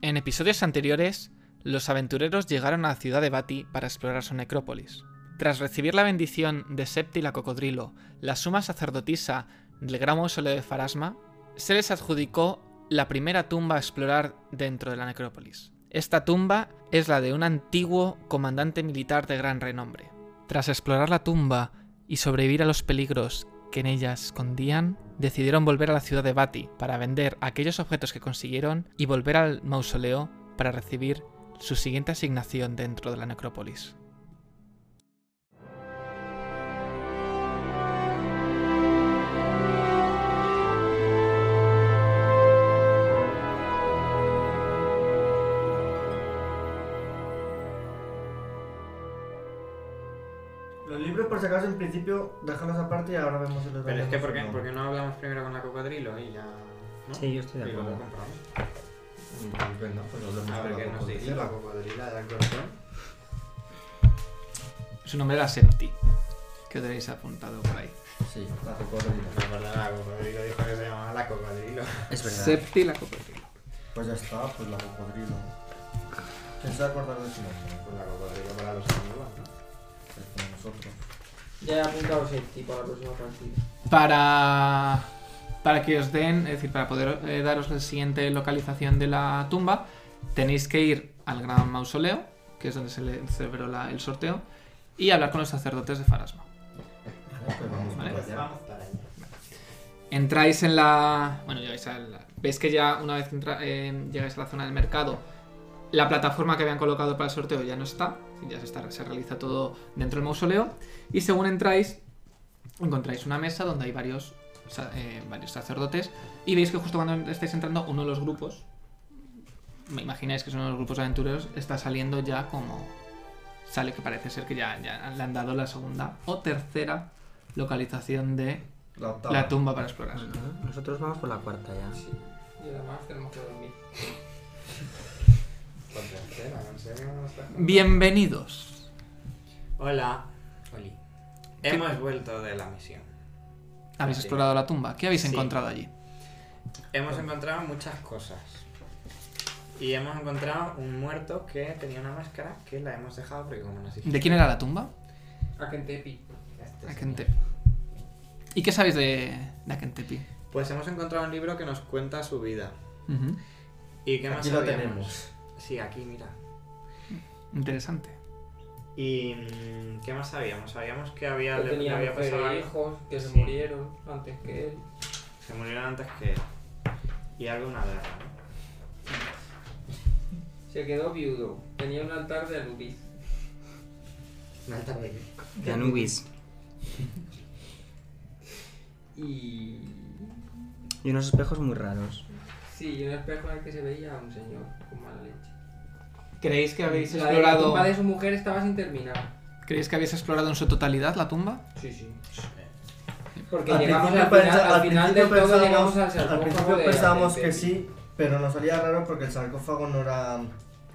En episodios anteriores, los aventureros llegaron a la ciudad de Bati para explorar su necrópolis. Tras recibir la bendición de Septi la Cocodrilo, la suma sacerdotisa del gran mausoleo de Farasma, se les adjudicó la primera tumba a explorar dentro de la necrópolis. Esta tumba es la de un antiguo comandante militar de gran renombre. Tras explorar la tumba y sobrevivir a los peligros que en ella escondían, decidieron volver a la ciudad de Bati para vender aquellos objetos que consiguieron y volver al mausoleo para recibir su siguiente asignación dentro de la necrópolis. Los libros, por si acaso, en principio, déjalos aparte y ahora vemos si los Pero es que, vendemos ¿por qué, o no. por qué no hablamos primero con la cocodrilo y ya. ¿no? Sí, yo estoy de Y luego acuerdo. compramos. Pues no, pues los dos A ver qué nos dice la cocodrila del corazón. Su nombre era Septi, que tenéis apuntado por ahí. Sí, la cocodrilo. No, perdón, la cocodrilo dijo que se llamaba la cocodrilo. Es verdad. Septi la cocodrilo. Pues ya está, pues la cocodrilo. ¿Quién se va a acordar de su nombre? Pues la cocodrilo para los amigos, ¿no? Pues como nosotros. Ya he apuntado safety para la próxima partida. Para. Para que os den, es decir, para poder eh, daros la siguiente localización de la tumba, tenéis que ir al gran mausoleo, que es donde se le celebró la- el sorteo, y hablar con los sacerdotes de Farasma. Vale, pues vamos Vale. para allá. para allá. Entráis en la. Bueno, llegáis a la- Veis que ya una vez entra- eh, llegáis a la zona del mercado, la plataforma que habían colocado para el sorteo ya no está. Ya se, está, se realiza todo dentro del mausoleo. Y según entráis, encontráis una mesa donde hay varios, sa- eh, varios sacerdotes. Y veis que justo cuando estáis entrando, uno de los grupos, me imagináis que son uno de los grupos aventureros, está saliendo ya como. Sale que parece ser que ya, ya le han dado la segunda o tercera localización de La octava. la tumba para explorar. Nosotros vamos por la cuarta ya. Y además tenemos que dormir. Por tercera, no sé qué vamos a hacer. Bienvenidos. Hola. Oli. Hemos vuelto de la misión. Habéis Sí. explorado la tumba. ¿Qué habéis Sí. encontrado allí? Hemos encontrado muchas cosas. Y hemos encontrado un muerto que tenía una máscara que la hemos dejado porque como nos dijiste. ¿De quién era la tumba? Akentepi. Este Akentepi. ¿Y qué sabéis de, de Akentepi? señor. Pues hemos encontrado un libro que nos cuenta su vida. Ujú. ¿Y qué más Aquí lo sabíamos? tenemos. Sí, aquí, mira. Interesante. ¿Y mm, qué más sabíamos? Sabíamos que había, le- le tenía había mujer pasado e algo. hijos que se Sí. murieron antes que él. Se murieron antes que él. Y algo una guerra, ¿no? Se quedó viudo. Tenía un altar de Anubis. Una tarde. De Anubis. Y. Y unos espejos muy raros. Sí, y un espejo en el que se veía a un señor con mala leche. ¿Creéis que habéis La, de la explorado? tumba de su mujer estaba sin terminar. ¿Creéis que habéis explorado en su totalidad la tumba? Sí, sí. Porque Al llegamos al principio final, pensa- al final del principio todo llegamos al pensábamos- sarcófago Al principio de pensábamos Akentepi. que sí, pero nos salía raro porque el sarcófago no era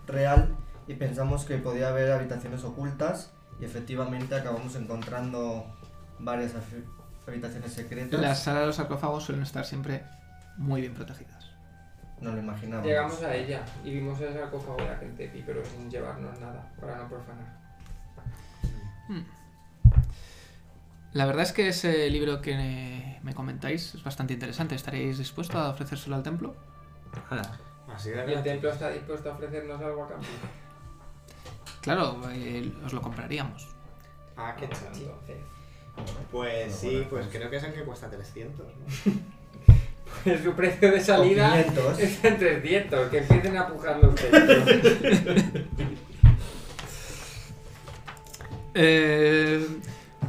real y pensamos que podía haber habitaciones ocultas y efectivamente acabamos encontrando varias afi- habitaciones secretas. Las salas de los sarcófagos suelen estar siempre muy bien protegidas. No lo imaginábamos. Llegamos a ella y vimos el sarcófago de Akentepi, pero sin llevarnos nada, para no profanar. La verdad es que ese libro que eh, me comentáis es bastante interesante. ¿Estaréis dispuestos a ofrecérselo al templo? Ala. Así de Y el repente. templo está dispuesto a ofrecernos algo a cambio. Claro, eh, os lo compraríamos. Ah, qué chato. Entonces, Pues sí, Bueno, pues pues- creo que es el que cuesta 300, ¿no? pues, su precio de O salida 500. está en 300, que empiecen a pujar los precios. Eh,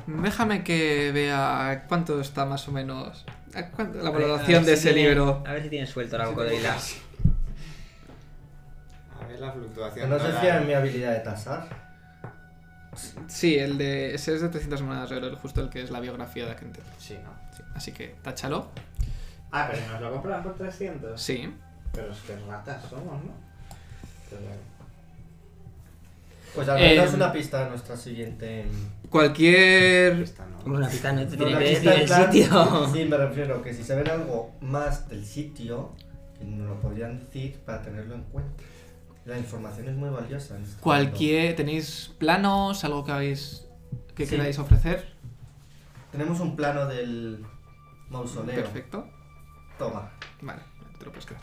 déjame que vea cuánto está más o menos a cuánto- la valoración de ese libro. A ver si tiene suelto la cocodrila. A ver la Que fluctuación. no se dólar. fía en mi habilidad de tasar. Sí, el de ese es de 300 monedas de oro, el justo el que es la biografía de Akentepi. Sí, ¿no? Sí, Así que táchalo. Ah, pero nos lo compran por 300. Sí. Pero es que ratas somos, ¿no? Pero bueno. Pues al menos Em, una pista de nuestra siguiente. Cualquier Esta Como no. una pita no te No, tiene una que pista decir en el plan- sitio. Sí, me refiero que si se ven algo más del sitio, que nos lo podrían decir para tenerlo en cuenta. La información es muy valiosa. en este Cualquier. ¿Tenéis planos? ¿Algo que habéis. que Sí. queráis ofrecer? momento. Tenemos un plano del mausoleo. Perfecto. Toma. Vale, te lo puedes quedar.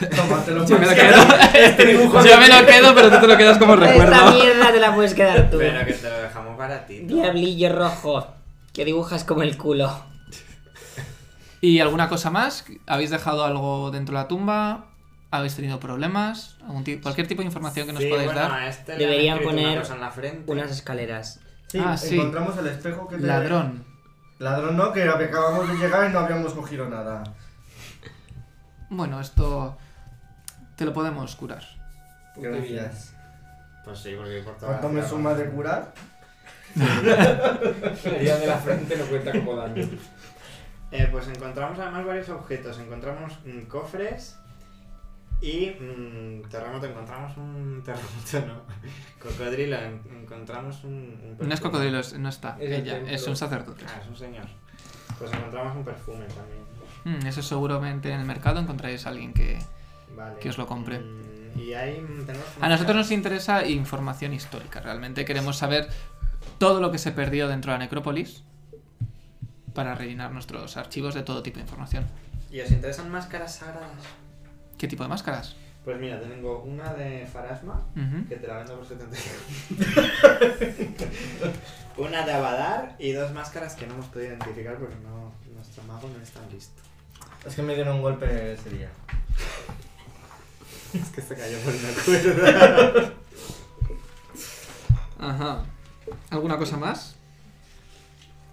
este Toma, te lo Yo me lo paso. quedo. Yo me lo quedo, pero tú te lo quedas como Esta recuerdo. mierda te la puedes quedar tú. Pero que te lo dejamos baratito. Diablillo rojo, que dibujas como el culo. ¿Y alguna cosa más? ¿Habéis dejado algo dentro de la tumba? ¿Habéis tenido problemas? ¿Algún ti- cualquier tipo de información que nos Sí, podáis bueno, dar. a este le han Deberían escrito una poner cosa en la frente. Unas escaleras. Sí, Ah, sí. encontramos el espejo que te- Ladrón. Ladrón no, que acabamos de llegar y no habíamos cogido nada. Bueno, esto te lo podemos curar. Pues qué bien. Gracias. Ah, Pues sí, porque por toda ¿Cuánto la me ciudad. suma de curar? La herida de la frente no cuenta como daño. Eh, pues encontramos además varios objetos. Encontramos mm, cofres y mm, terremoto. Encontramos un terremoto, no. Cocodrilo. en- encontramos un, un No es perfume. cocodrilo, es- no está. Es el ella, templo. es un sacerdote. Ah, es un señor. Pues encontramos un perfume también. Mm, eso seguramente en el mercado encontráis a alguien que... Vale. Que os lo compre. Mm, y ahí mm, tenemos. A nosotros nos interesa información histórica. Realmente queremos saber todo lo que se perdió dentro de la necrópolis para rellenar nuestros archivos de todo tipo de información. ¿Y os interesan máscaras sagradas? ¿Qué tipo de máscaras? Pues mira, tengo una de Farasma. Ujú. Que te la vendo por 75. Una de Abadar y dos máscaras que no hemos podido identificar porque no, nuestro mago no es tan listo. Es que me dieron un golpe ese día. Es que se cayó por una cuerda. Ajá. ¿Alguna cosa más?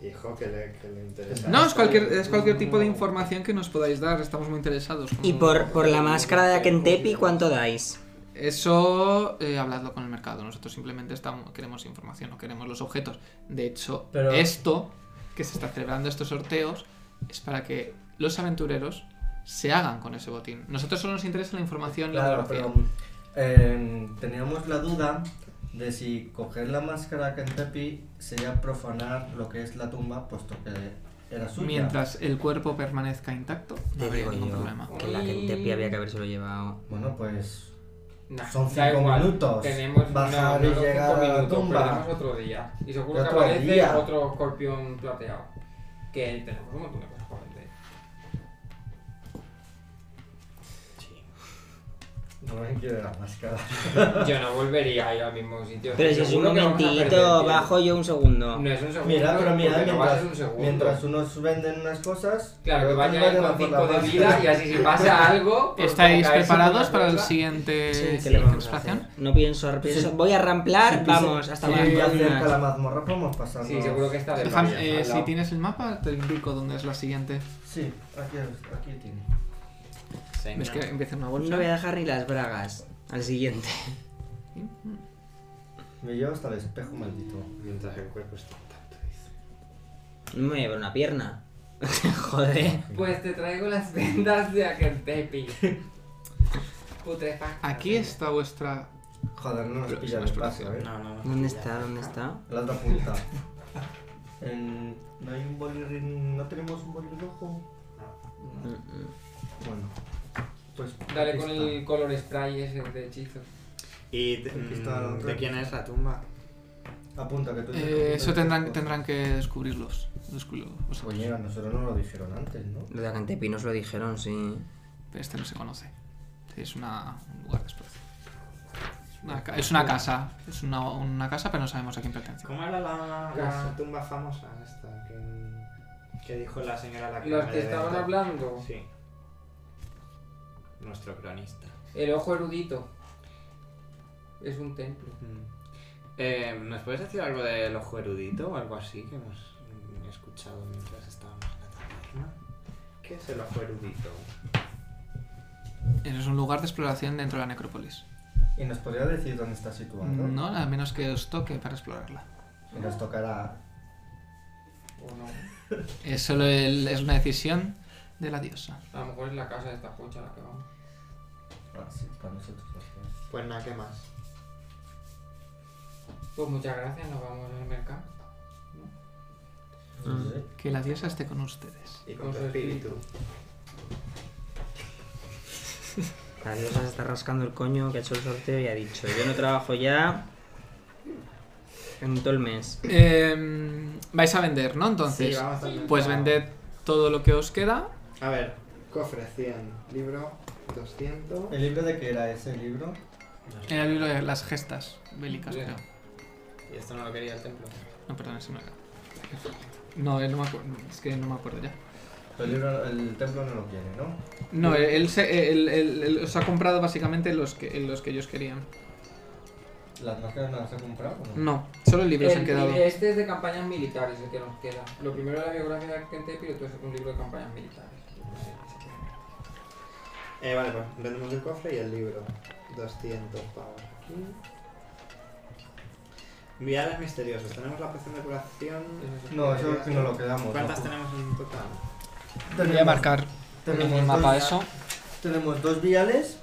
Hijo, que le, que le interesa. No, es cualquier, es cualquier tipo de información que nos podáis dar. Estamos muy interesados. Y por, por la máscara de Akentepi, ¿cuánto dais? Eso, eh, habladlo con el mercado. Nosotros simplemente estamos, queremos información, no queremos los objetos. De hecho, Pero- esto que se está celebrando, estos sorteos, es para que los aventureros se hagan con ese botín. Nosotros solo nos interesa la información y la Claro, pero geografía. eh, teníamos la duda de si coger la máscara que en Tepi sería profanar lo que es la tumba, puesto que era suya. Mientras el cuerpo permanezca intacto, no Te habría digo ningún yo problema. que la Kentepi había que habérselo llevado. Bueno, pues Nah, Son da cinco igual. minutos. Tenemos Bajar y una, unos llegar cinco a la minutos, tumba. perdemos otro día. Y seguro que Otro aparece día. otro escorpión plateado. Que tenemos un montón de cosas por vender. no me quiere la máscara. Yo no volvería a ir al mismo sitio. Pero si es un Seguro que vamos a perder momentito, tiempo. bajo yo un segundo. No es un segundo. Mira, pero mira, porque no va a mientras, ser un segundo. mientras unos venden unas cosas, Claro, que otros vaya vayan él a con por la 5 de máscara. vida y así si pasa algo. pues, ¿Estáis para caerse preparados por para el la siguiente Sí, ¿qué siguiente le vamos a exploración? hacer? No pienso, pienso. Voy a ramplar, Si vamos, pisa- hasta si las acerca la manzanas. mazmorra podemos pasarnos. Sí, seguro que está de Déjame, María, eh, al si lado. tienes el mapa, te indico dónde es la siguiente. Sí, aquí, aquí tiene. Señor. ¿Ves que empieza una No bolsa? voy a dejar ni las bragas. Al siguiente. Me llevo hasta el espejo maldito. Mientras el cuerpo está intacto, dice. No me llevo una pierna. Joder. Pues te traigo las vendas de Akentepi. Putrefacta. Aquí está vuestra Joder, no nos Pero pilla el es una espacio, eh. No, no, no. ¿Dónde está? ¿Dónde está? La otra punta. En- No hay un boli... No tenemos un boli rojo. Mm, mm. Bueno. Pues Dale aquí con está. el color spray ese de hechizo. ¿Y de, Aquí está la mm, otra. ¿de quién es la tumba? Apunta que tú dices que Eh, apunta eso que tendrán, tú- tendrán que descubrirlos. descubrirlo vosotros. Oye, a nosotros no lo dijeron antes, ¿no? Lo de Akentepi nos lo dijeron, sí. Pero este no se conoce. Es una, un lugar de exploración. Una ca- es una casa. Es una, una casa, pero no sabemos a quién pertenece. ¿Cómo era la, Casa. la tumba famosa esta que, que dijo la señora la que Los me que estaban debe- hablando. Sí. Nuestro cronista. El ojo erudito. Es un templo. Mm. Eh, ¿Nos puedes decir algo del ojo erudito o algo así que hemos mm, escuchado mientras estábamos en la taberna? ¿Qué es el ojo erudito? Es un lugar de exploración dentro de la necrópolis. Y nos podría decir dónde está situado. No, a menos que os toque para explorarla. Y nos tocará. O no. Es solo el- es una decisión de la diosa. A lo mejor es la casa de esta pocha la que vamos. Ah, sí, para nosotros. ¿no? Pues nada, ¿qué más? Pues muchas gracias, nos vamos al mercado. No Mm. sé. Que la diosa esté con ustedes. Y Con con tu su espíritu. La diosa se está rascando el coño que ha hecho el sorteo y ha dicho, yo no trabajo ya en todo el mes. Em, vais a vender, ¿no? Entonces, Sí, vamos a pues vender. vended todo lo que os queda. A ver, cofre 100, libro 200. ¿El libro de qué era ese libro? En el libro de las gestas bélicas, Bien. creo. Y esto no lo quería el templo. No, perdón, ese no era. No, eh, no me acuerdo. Es que no me acuerdo ya. El libro, el templo no lo quiere, ¿no? No, eh, él, se- él- él- él os ha comprado básicamente los que, los que ellos querían. ¿Las máscaras no las ha comprado? o no? No, solo libros han El- quedado. Este es de campañas militares el que nos queda. Lo primero es la biografía de Kentepi y otro es un libro de campañas militares. Eh, vale, pues vendemos el cofre y el libro. 200 pavos aquí. Viales misteriosos. Tenemos la poción de curación. No, eso no lo quedamos. ¿Cuántas ¿no? tenemos en total? Voy a marcar en tenemos el mapa dos- eso. Tenemos dos viales,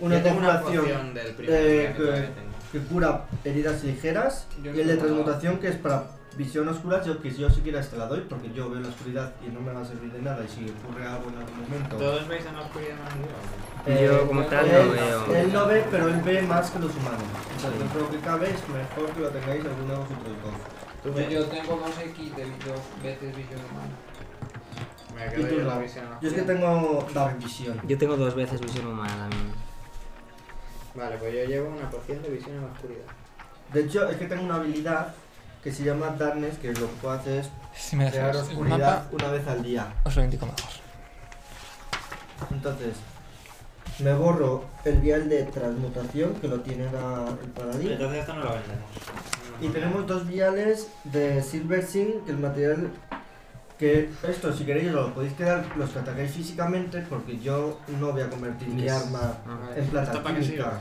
una Yo tengo una transmutación poción del primer eh, día que todavía tengo. que, que cura heridas ligeras Yo y el de no. transmutación que es para visión oscura, yo que yo si quieres te la doy porque yo veo la oscuridad y no me va a servir de nada y si ocurre algo en algún momento... ¿Todos veis en la oscuridad más arriba? Yo como tal él, no veo. él no ve, pero él ve más que los humanos. Entonces, dentro de lo que cabe es mejor que lo tengáis alguno de vosotros dos. ¿Tú Yo- ves? Yo tengo dos X de dos veces visión humana. Me Y quedo tú yo en la no. visión. Yo es que tengo Dark Vision. Yo tengo dos veces visión humana también. Vale, pues yo llevo una poción de visión en la oscuridad. De hecho, es que tengo una habilidad que se llama Darkness, que lo que puedo hacer es Si me crear dejáis el mapa, oscuridad una vez al día. os lo indico mejor. Entonces, me borro el vial de transmutación que lo tiene la- el paladín. Entonces esto no lo vendemos. Y tenemos dos viales de Silver Zinc, que el material que esto, si queréis, os lo podéis quedar los que ataquéis físicamente, porque yo no voy a convertir mi Yes. arma Vale. en plata ¿Esto para qué química.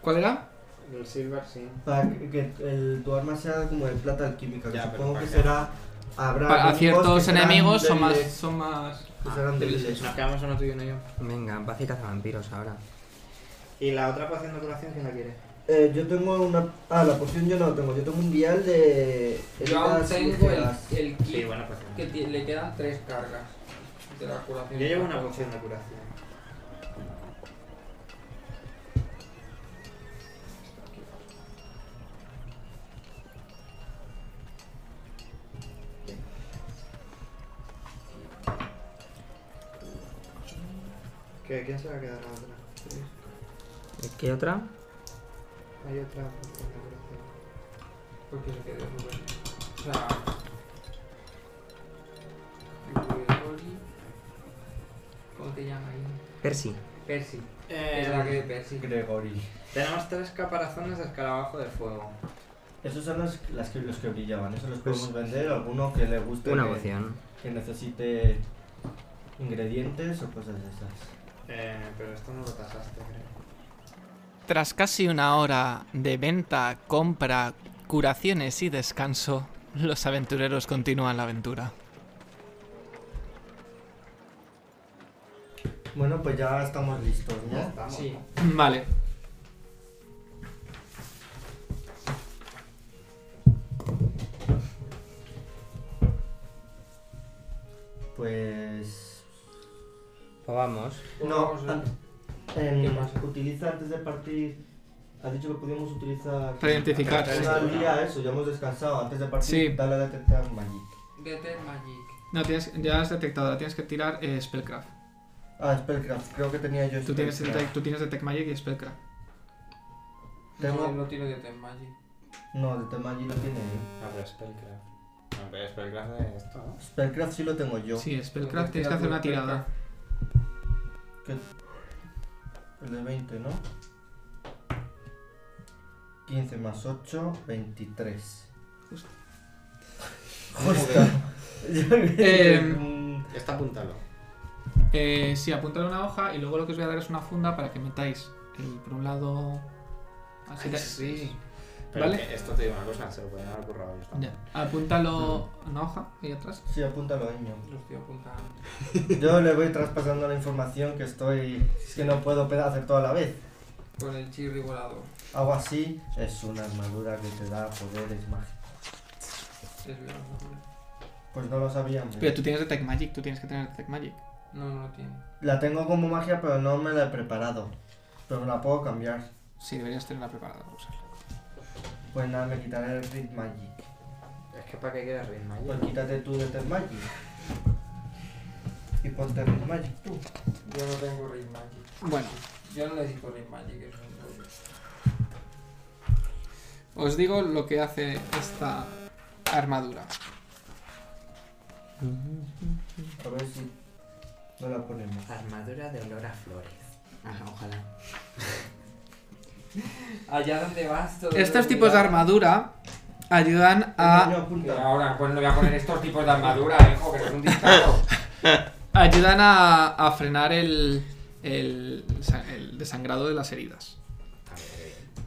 ¿Cuál era? El silver, sí. Para que, que el- tu arma sea como de plata alquímica, que Ya, pero supongo para que qué. será. Habrá Para enemigos ciertos que serán enemigos son más, débiles, son más. que Ah, serán débiles. Nos quedamos uno tú y uno yo. Venga, paz y cazavampiros ahora. ¿Y la otra poción de curación quién la quiere? Eh, yo tengo una. Ah, la poción yo no la tengo. Yo tengo un vial de. Yo aún heridas tengo el, ligeras. el kit Sí, pues buena poción. que ti- le quedan tres cargas de la Yo curación. llevo una poción de curación. ¿Qué? ¿Quién se va a quedar la otra? ¿Qué otra? Hay otra poción de curación. Porque se quedó súper. O sea. Ruidori. ¿Cómo te llama ahí? Percy. Percy. Eh, Es la que Percy. Gregory. Tenemos tres caparazones de escarabajo de fuego. Esos son los, las que, los que brillaban. Esos los podemos vender. Alguno que le guste. Una que- poción. Que necesite ingredientes o cosas de esas. Eh, pero esto no lo tasaste, creo. Tras casi una hora de venta, compra, curaciones y descanso, los aventureros continúan la aventura. Bueno, pues ya estamos listos, Ya ¿no? estamos. Sí. Vale. Pues. Pues vamos. No, Vamos a- an- em, ¿Qué pasa? utiliza antes de partir. Has dicho que podíamos utilizar. Reidentificar. Una al día, eso, ya hemos descansado. Antes de partir, Sí. dale a detectar Magic. Detect Magic. No, tienes, ya has detectado, ahora tienes que tirar eh, Spellcraft. Ah, Spellcraft, creo que tenía yo Tú tienes, Spellcraft. detect, tú tienes Detect Magic y Spellcraft. Tengo- No, no tiene Detect Magic. No, de tema allí lo tiene él. Ah, No, pero Spellcraft. No, pero Spellcraft de esto, ¿no? Spellcraft sí lo tengo yo. Sí, Spellcraft tienes que hacer una tirada. El de 20, ¿no? 15 más 8, 23. Justo. Justo. Yo- Em, Esta apúntalo. Eh, sí, apuntar una hoja y luego lo que os voy a dar es una funda para que metáis el, por un lado. Así te- sí. ¿Vale? que esto te digo una cosa, se lo podían haber currado ellos también. Ya. Apúntalo una hoja ahí atrás. Sí, apúntalo, Año. Lo estoy apuntando. Yo le voy traspasando la información que estoy. Es que no puedo pe- hacer todo a la vez. Con el chirri volador. Hago así, es una armadura que te da poderes mágicos. Es verdad. Pues no lo sabíamos. Pero tú tienes Detect Magic, tú tienes que tener Detect Magic. No, no lo tiene. La tengo como magia, pero no me la he preparado. Pero la puedo cambiar. Sí, deberías tenerla preparada para usarla. Pues nada, me quitaré el Read Magic. Es que para qué quieres Read Magic. Pues quítate tú de Death Magic. Y ponte Read Magic tú. Yo no tengo Ring Magic. Bueno, Yo no necesito Ring Magic, es un rollo. os digo lo que hace esta armadura. A ver si no la ponemos. Armadura de olor a flores. Ah, ojalá. Allá donde vas todo. Estos tipos de armadura ayudan a Coño, Pero apunta. ahora, pues no voy a poner estos tipos de armadura, hijo, que es un dictado. ayudan a, a frenar el, el, sa- el desangrado de las heridas.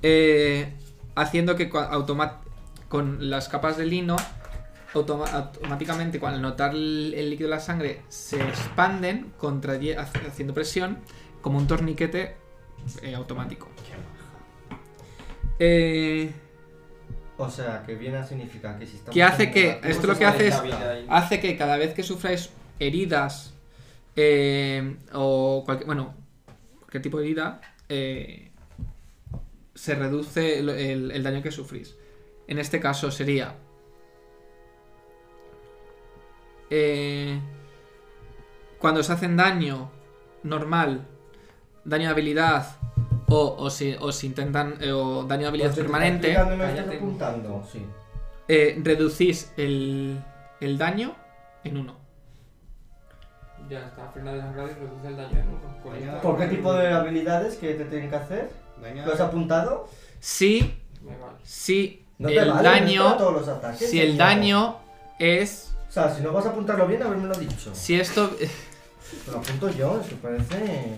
Eh, haciendo que cua- automa- con las capas de lino automa- automáticamente cuando al notar el, el líquido de la sangre se expanden contraye- haci- haciendo presión como un torniquete eh, automático. Eh, O sea, que viene a significar que si estamos. ¿Qué hace en que- negativos, esto lo que estamos hace Pues en es- Ah. vida. hace que cada vez que sufráis heridas eh, o cualquier, bueno, cualquier tipo de herida, eh, se reduce el, el- el daño que sufrís. En este caso sería... eh, cuando os hacen daño normal, daño de habilidad, o, o si, o si intentan, eh, o daño de habilidad Pues te está permanente, explicando y me estás Cállate. apuntando, sí. eh, reducís el, el daño en uno. Ya está, frena de sangrado y reduce el daño en uno. Con esta- ¿Por qué tipo de habilidades que te tienen que hacer? Daño Pues ¿Lo has apuntado? Si Me vale. si No te el vale, no está daño todos los ataques, si el señor. daño es O sea, si no vas a apuntarlo bien, habérmelo dicho. si esto Te Lo apunto yo, es que parece.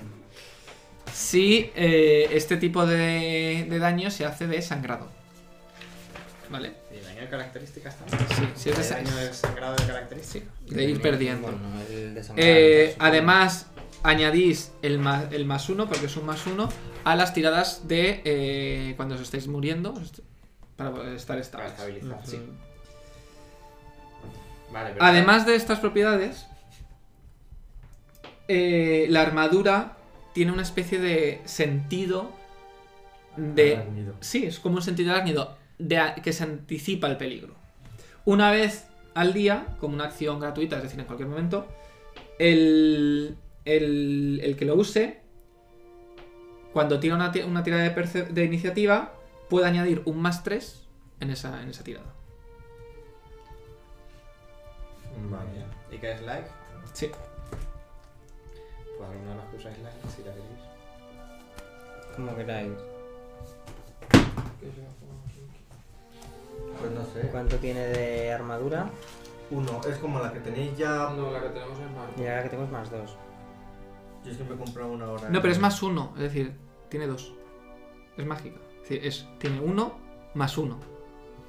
si eh, este tipo de, de daño se hace de sangrado vale Y daño de características también. sí, si es de, Eh, sa- daño de sangrado de características. de ir perdiendo Bueno, el Eh, desangramiento, supongo. además añadís el más, el más uno porque es un más uno a las tiradas de eh, cuando os estéis muriendo os- para poder estar Para estables estabilizar, Ujú. sí. Vale, pero. Además de estas propiedades, eh, la armadura tiene una especie de sentido de... Arácnido. Sí, es como un sentido arácnido de a- que se anticipa el peligro. Una vez al día, como una acción gratuita, es decir, en cualquier momento, el, el- el que lo use, cuando tira una, ti- una tirada de, perce- de iniciativa, puede añadir un más 3 en esa, en esa tirada. Vale. ¿Y qué es like? Sí. Pues alguna de las que usáis like, si la queréis. Como queráis. Que se va a jugar aquí. Pues no sé. ¿Cuánto tiene de armadura? Uno, es como la que tenéis ya. No, la que tenemos es más. Y ahora que tengo es más dos. Yo siempre compro una ahora. No, pero es más uno, es decir, tiene dos. Es mágica. Es decir, es, tiene uno más uno.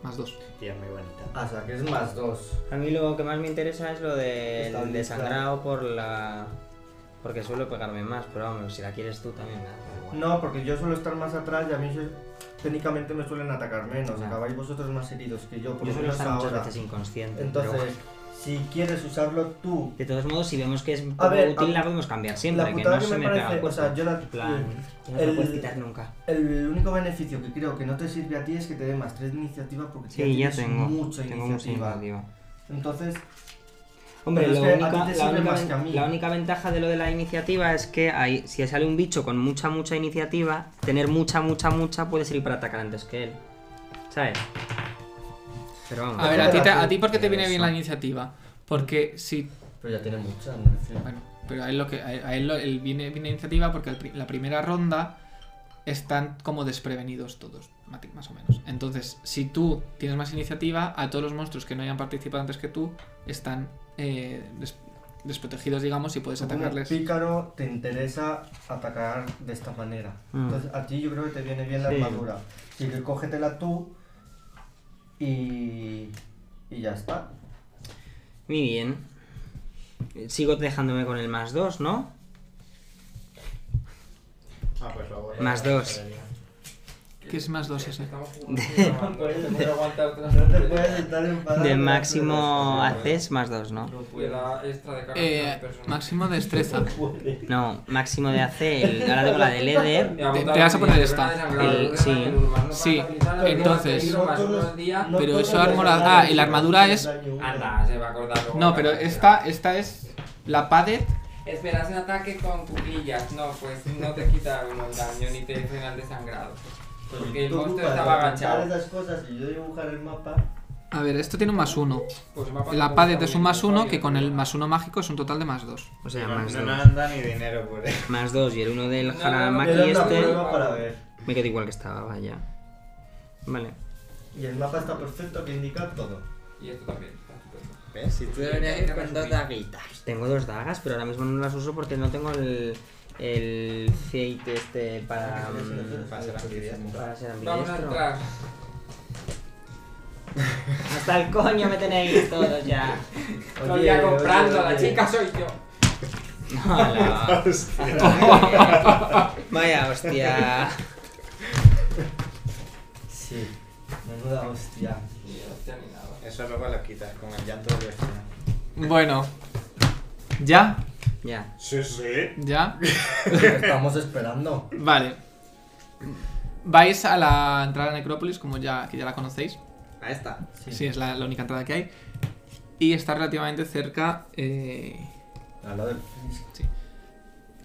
Más dos. Tía, muy bonita. Ah, o sea, que es más dos. A mí lo que más me interesa es lo del Estabilizar. desangrado por la... Porque suelo pegarme más, pero vamos, si la quieres tú también me da igual. No, porque yo suelo estar más atrás y a mí se- técnicamente me suelen atacar menos. Ya. Acabáis vosotros más heridos que yo, por lo Yo suelo menos estar muchas ahora. veces inconsciente. Entonces, pero bueno. si quieres usarlo tú, De todos modos, si vemos que es un A poco ver, útil, a- la podemos cambiar siempre, la que putada no que, se me me pega el parece, o cuerpo. sea, yo la, En plan, ya no el- lo puedes quitar nunca. El único beneficio que creo que no te sirve a ti es que te dé más 3 de iniciativa porque Sí, ya tienes tengo. mucha tengo mucha iniciativa. iniciativa. Entonces, Hombre, Pero es lo que a única- ti te la, sirve única, más que a mí. la única ventaja de lo de la iniciativa es que hay, si sale un bicho con mucha, mucha iniciativa, tener mucha, mucha, mucha puede ir para atacar antes que él. ¿Sabes? Pero vamos. A ver, a ti, te- a ti porque te Pero viene bien Ah, eso. la iniciativa. Porque si. pero ya tiene mucha, me refiero. Bueno, pero a él, lo que, a él- a él lo- él viene, viene la iniciativa porque al pri- la primera ronda están como desprevenidos todos, mati- más o menos. Entonces, si tú tienes más iniciativa, a todos los monstruos que no hayan participado antes que tú están eh, des- desprotegidos, digamos, y puedes Tú como atacarles. pícaro te interesa atacar de esta manera. Mm. Entonces, a ti yo creo que te viene bien la Sí. armadura. Así que cógetela tú y. y ya está. Muy bien. Sigo dejándome con el más 2, ¿no? Ah, pues lo voy a- Más dos. Debería. Que que es más dos ese. Estamos jugando. No te puedes aguantar otras- No te puedes estar enfadando. De máximo haces más dos, ¿no? No De puedo. la extra de carga de Eh, la persona. máximo destreza. No, máximo de AC. el- ahora tengo la de Leder. Ya, Te- botar te vas a un poner día, esta. pero no desangrado, El- no sí. desangrado, no pasa Sí, nada, entonces- peligro, más unos días. No Pero todos eso los armora- daños ah, y la son armadura de es- daño uno. Anda, se va a acordar luego. No, pero esta, esta es la padet. Esperas un ataque con cuclillas. No, pues no te quita uno el daño ni te frena el desangrado. Porque el Tú monstruo ocupas estaba de apuntar agachado. esas cosas y yo dibujar el mapa. A ver, esto tiene un más uno. Pues mapa La no padet está es bien, un más no está uno bien. que con el más uno mágico es un total de más dos. O sea, No, más no, no dos. anda ni dinero por eso. Más dos y el uno del No, no, Haramaki Era una este. prueba para ver. Me quedo igual que estaba, vaya. Vale. Y el mapa está perfecto que indica todo. Y esto también está estupendo. ¿Ves? Si tú deberías ir con dos daguitas. Pues Tengo dos dagas, pero ahora mismo no las uso porque no tengo el. El fate este Ah, para. mm, Para ser ambidiestro. Para ser Vamos a ambidiestro. entrar. Hasta el coño me tenéis todos ya. Estoy ya comprando, oye, la oye. chica soy yo. Hola. Vaya hostia. Sí, menuda hostia. Y hostia, ni nada. Eso luego lo quitas con el llanto del vecino. Bueno. ¿Ya? Ya. Sí, sí. ¿Ya? Estamos esperando. Vale. Vais a la entrada a Necrópolis, como ya, que ya la conocéis. Ahí está. Sí, es la, la única entrada que hay. Y está relativamente cerca. eh, Al lado del.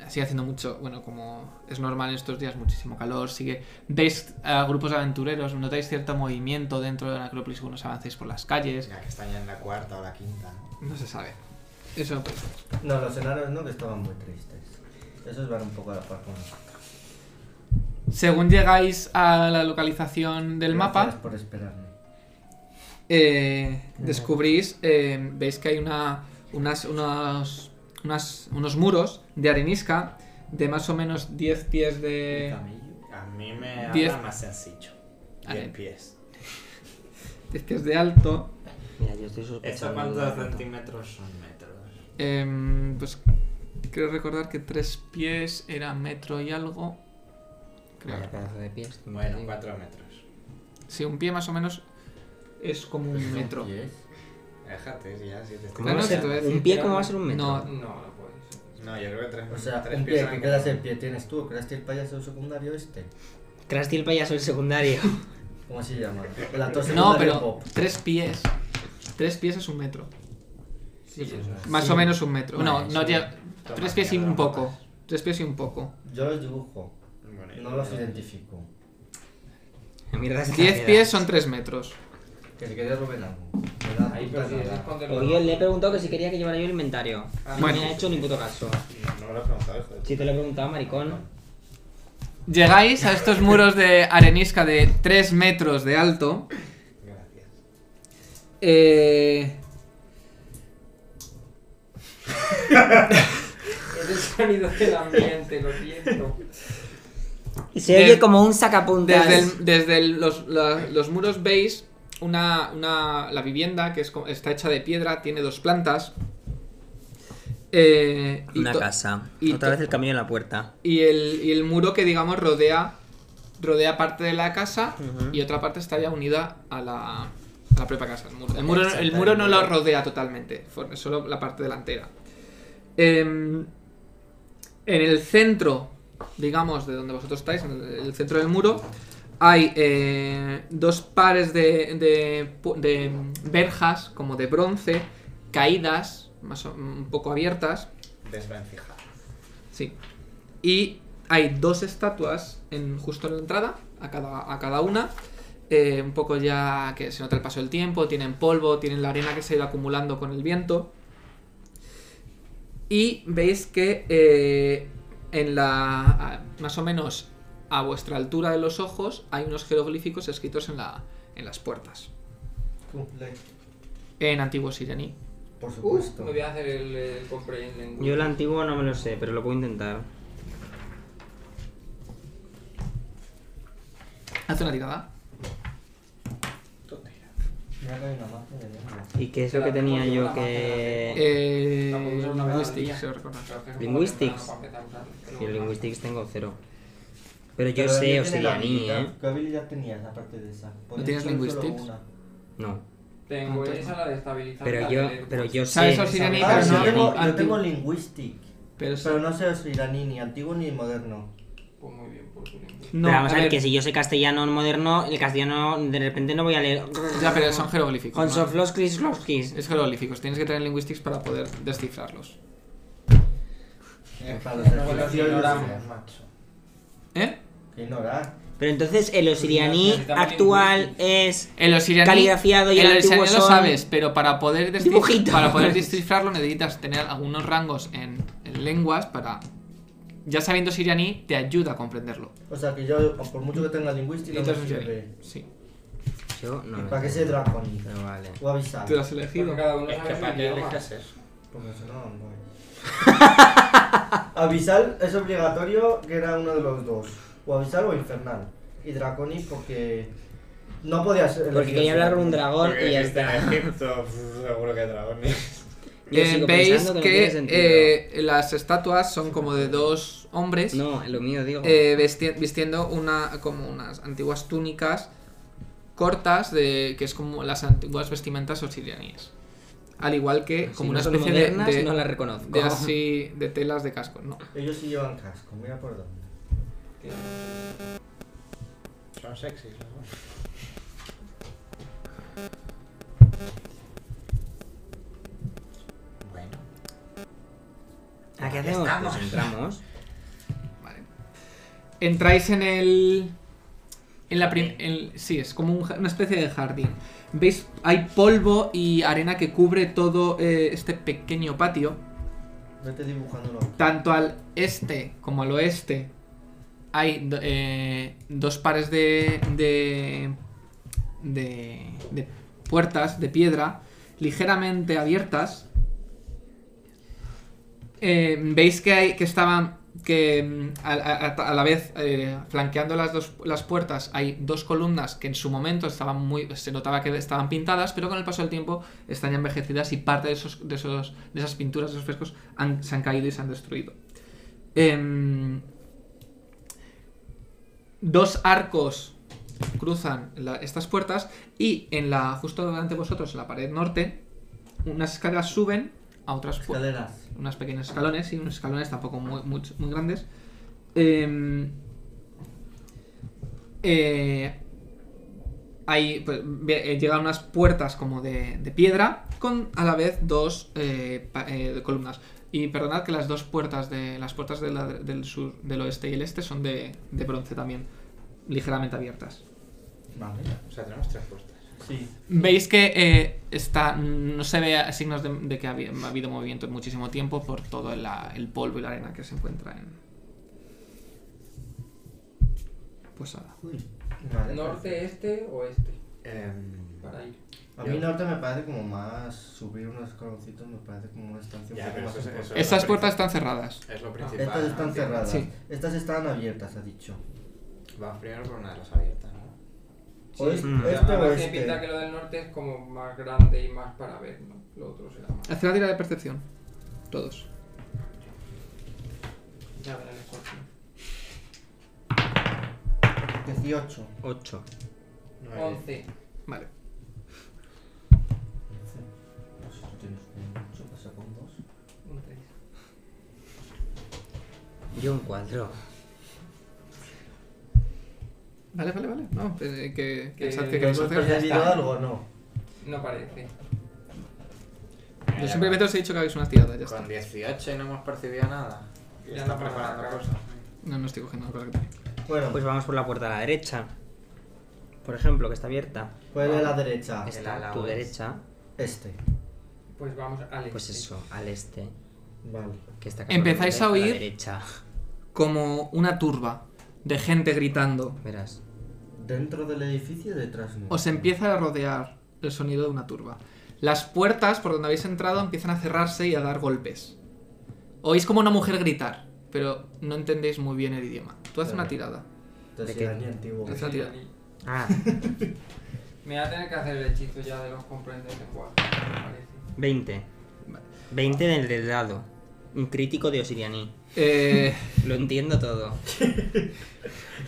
sigue haciendo mucho, bueno, como es normal en estos días, muchísimo calor, sigue... Veis a grupos de aventureros, notáis cierto movimiento dentro de la Necrópolis cuando os avancéis por las calles, Ya que está ya en la cuarta o la quinta. ¿no? no se sabe. Eso pues... No, los enanos no, que estaban muy tristes. Esos van un poco a la par con nosotros. Según llegáis a la localización del Gracias mapa, por esperarme. eh, descubrís, eh, veis que hay una, unas, unos, unas- unos muros de arenisca de más o menos 10 pies de... A mí me Eh, Diez. habla más sencillo. A Diez ver. pies. 10 pies de alto. Mira, yo estoy ¿Esto sospechando. de cuántos un rato. centímetros son metros? Em, pues creo recordar que tres pies era metro y algo. Creo. Vaya pedazo de pies. como te Bueno, digo. cuatro metros. Si un pie más o menos es como Pues, un metro. Déjate, si ya, si te estoy ¿Cómo va Claro, a no, ser? te voy a decir. ¿Un pie cómo va a ser un metro? No, No, no puedes. No, yo creo que tres O sea, tres un pie que eran quedas como- en pie tienes tú, creaste el payaso secundario este. Krusty el payaso el secundario. ¿Cómo se llama? El actor No, secundario pero pop. tres pies. Tres pies es un metro. Sí, eso es. Más o menos un metro. Vale, No, no sí. lle- Toma, Tres pies y mierda, un poco. matas. Tres pies y un poco. Yo los dibujo, Bueno, y- no los identifico. La mierda es Diez pies son tres metros. Que si querías Rubén algo. Me da Ahí, puta pero si nada. escóndelo. Pues Yo le he preguntado que si quería que llevara yo el inventario. Ah, no bueno. me ha hecho ni puto caso. No me lo has preguntado, hijo de Si te lo he preguntado, maricón. Llegáis a estos muros de arenisca de tres metros de alto. Gracias. Eh, Es el sonido del ambiente, lo siento. Y se Des- oye como un sacapuntas. Desde, el- desde el- los, la- los muros veis una, una- la vivienda que es co- está hecha de piedra, tiene dos plantas. Eh, y Una to- casa. y Otra to- vez el camino en la puerta. Y el, y el muro que, digamos, rodea, rodea parte de la casa Ujú. y otra parte está ya unida a la, a la propia casa. El muro, el muro, el muro no lo rodea totalmente, for- solo la parte delantera. Em, en el centro, digamos, de donde vosotros estáis, en el, el centro del muro, hay eh, dos pares de, de pu- de verjas, como de bronce, caídas, más o- un poco abiertas, Desvencijado. Sí. Y hay dos estatuas en, justo en la entrada, a cada, a cada una. Eh, un poco ya que se nota el paso del tiempo, tienen polvo, tienen la arena que se ha ido acumulando con el viento. Y veis que eh, en la. a- más o menos a vuestra altura de los ojos hay unos jeroglíficos escritos en, la, en las puertas. Cumple. En antiguo siraní. Por Uf, supuesto. Uh, me voy a hacer el, el comprehend en Yo el antiguo no me lo sé, pero lo puedo intentar. Hace una tirada. Mira que hay una magia de lengua. ¿Y qué es lo que tenía yo que.? Eh, La podemos usar una vez al linguistics, día. creo recordar. Linguistics. Si el linguistics tengo cero. Pero yo Pero sé también tiene la Oceaní, habilidad. ¿eh? ¿Qué habilidad tenías aparte de esa? Podías tienes tener solo linguistics? una. Ah, No. Tengo Entonces, esa, la de estabilizar. Pero la pues, yo, de- pero yo sé. ¿Sabes Oceaní? Ah, pero yo no, pues tengo, no, yo tengo antiguo. linguistic, Pero, pero no sé si iraní ni antiguo ni moderno. Pues muy bien, por tu limpieza. no, pero vamos a a ver, ver, que si yo sé castellano moderno, el castellano de repente no voy a leer. Ya, pero son jeroglíficos. Con ¿no? Sofloskis, Loskis. Es jeroglíficos, tienes que tener linguistics para poder descifrarlos. Eh, para no, los los egipcios, ignoramos. macho. ¿Eh? Que ignorar. Pero entonces el osirianí Necesitamos actual lingüística. es. El osirianí. Caligrafiado y el el osirianí antiguo lo son- sabes, pero para poder, descif- Dibujitos. para poder descifrarlo necesitas tener algunos rangos en, en lenguas para. Ya sabiendo sirianí, te ayuda a comprenderlo. O sea que yo, por mucho que tenga linguística, no me Entonces, sirve. sí. Yo no ¿Y lo para qué se entiendo. draconiza? Pero vale. O Ah. avisar. Tú lo has elegido. Porque cada uno Es sabe que su para qué idioma. elijas eso. Porque si no, no voy. avisar es obligatorio, que era uno de los dos. O avisar o infernal. Y draconi porque no podía ser. Porque elegido quería hablar con un draconi. dragón y ya En está. Egipto, pf, seguro que dragones. Yo Eh, sigo Veis pensando que no tiene que, sentido. eh, las estatuas son como de dos hombres No, lo mío digo. eh, vesti- vistiendo una, como unas antiguas túnicas cortas, de, que es como las antiguas vestimentas osirianíes. Al igual que Si como no una son especie de- modernas, de, no las reconozco. de así de telas de casco, no. Ellos sí llevan casco, mira por dónde. Son sexys, ¿no? Bueno. ¿A qué hacemos? Pues entramos. Vale. Entráis en el. En la prim- en- sí, es como un ja- una especie de jardín. ¿Veis? Hay polvo y arena que cubre todo eh, este pequeño patio. Vete dibujándolo. Tanto al este como al oeste hay do- eh, dos pares de, de, de- de puertas de piedra ligeramente abiertas. Eh, Veis que, hay, que estaban que mm, a, a- a- a la vez eh, flanqueando las dos las puertas hay dos columnas que en su momento estaban muy se notaba que estaban pintadas pero con el paso del tiempo están ya envejecidas y parte de esos de esos de esas pinturas de esos frescos han- se han caído y se han destruido Em, dos arcos cruzan la- estas puertas y en la justo delante de vosotros en la pared norte unas escaleras suben a otras puertas Escaleras. unos pequeños escalones y unos escalones tampoco muy, muy, muy grandes. Eh, eh, ahí pues, ve- eh, llegan unas puertas como de, de piedra con a la vez dos eh, pa- eh, columnas. Y perdonad que las dos puertas de las puertas de la- del sur, del oeste y el este son de, de bronce también, ligeramente abiertas. Vale. O sea, tenemos tres puertas. Sí. Veis que eh, está, no se ve signos de, de que ha habi- ha habido movimiento en muchísimo tiempo por todo el, el polvo y la arena que se encuentra en. Pues nada. Vale, pues. Norte, este, oeste. Em, Para ir. A mí norte me parece como más subir unos escaloncitos, me parece como una estancia Ya, un poco pero más eso es- importante. eso es- Estas puertas están cerradas. es lo principal. Estas están ¿no? cerradas. Sí. Estas estaban abiertas, ha dicho. Vamos primero por una de las abiertas, ¿no? O es- Mm. este o Además, tiene pinta que este. lo del norte es como más grande y más para ver, ¿no? Lo otro será más. Haced una tira de percepción. Todos. Ya verán el sorteo. 18. 8. Nueve. 11. Vale. No sé, tú tienes un pues, 8, pasa con 2. Un 3. Yo un 4. Vale, vale, vale. No, eh, que, Que- pensad que que queréis hacer. ya está. algo o no? No parece. Yo simplemente os he dicho que hagáis unas tiradas, ya está. Con 18 y no hemos percibido nada. Ya Ya está no pasa preparando nada. cosas. No, no estoy cogiendo las cosas que tenéis. Bueno, Pues vamos por la puerta a la derecha. Por ejemplo, que está abierta. pues de la derecha. Está ala a tu oeste. derecha. Este. Pues vamos al este. Pues eso, al este. Vale. Que está Empezáis a la oír. derecha. Como una turba de gente gritando. Verás. Dentro del edificio, detrás no. Os empieza a rodear el sonido de una turba. Las puertas por donde habéis entrado empiezan a cerrarse y a dar golpes. Oís como una mujer gritar, pero no entendéis muy bien el idioma. Tú haces una tirada. De ¿De qué? Sirani antiguo. Este Esa tira. Ah, Me va a tener que hacer el hechizo ya de los comprender lenguaje, me parece. 20. 20 del del lado. Un crítico de Osirianí. Eh, Lo entiendo todo.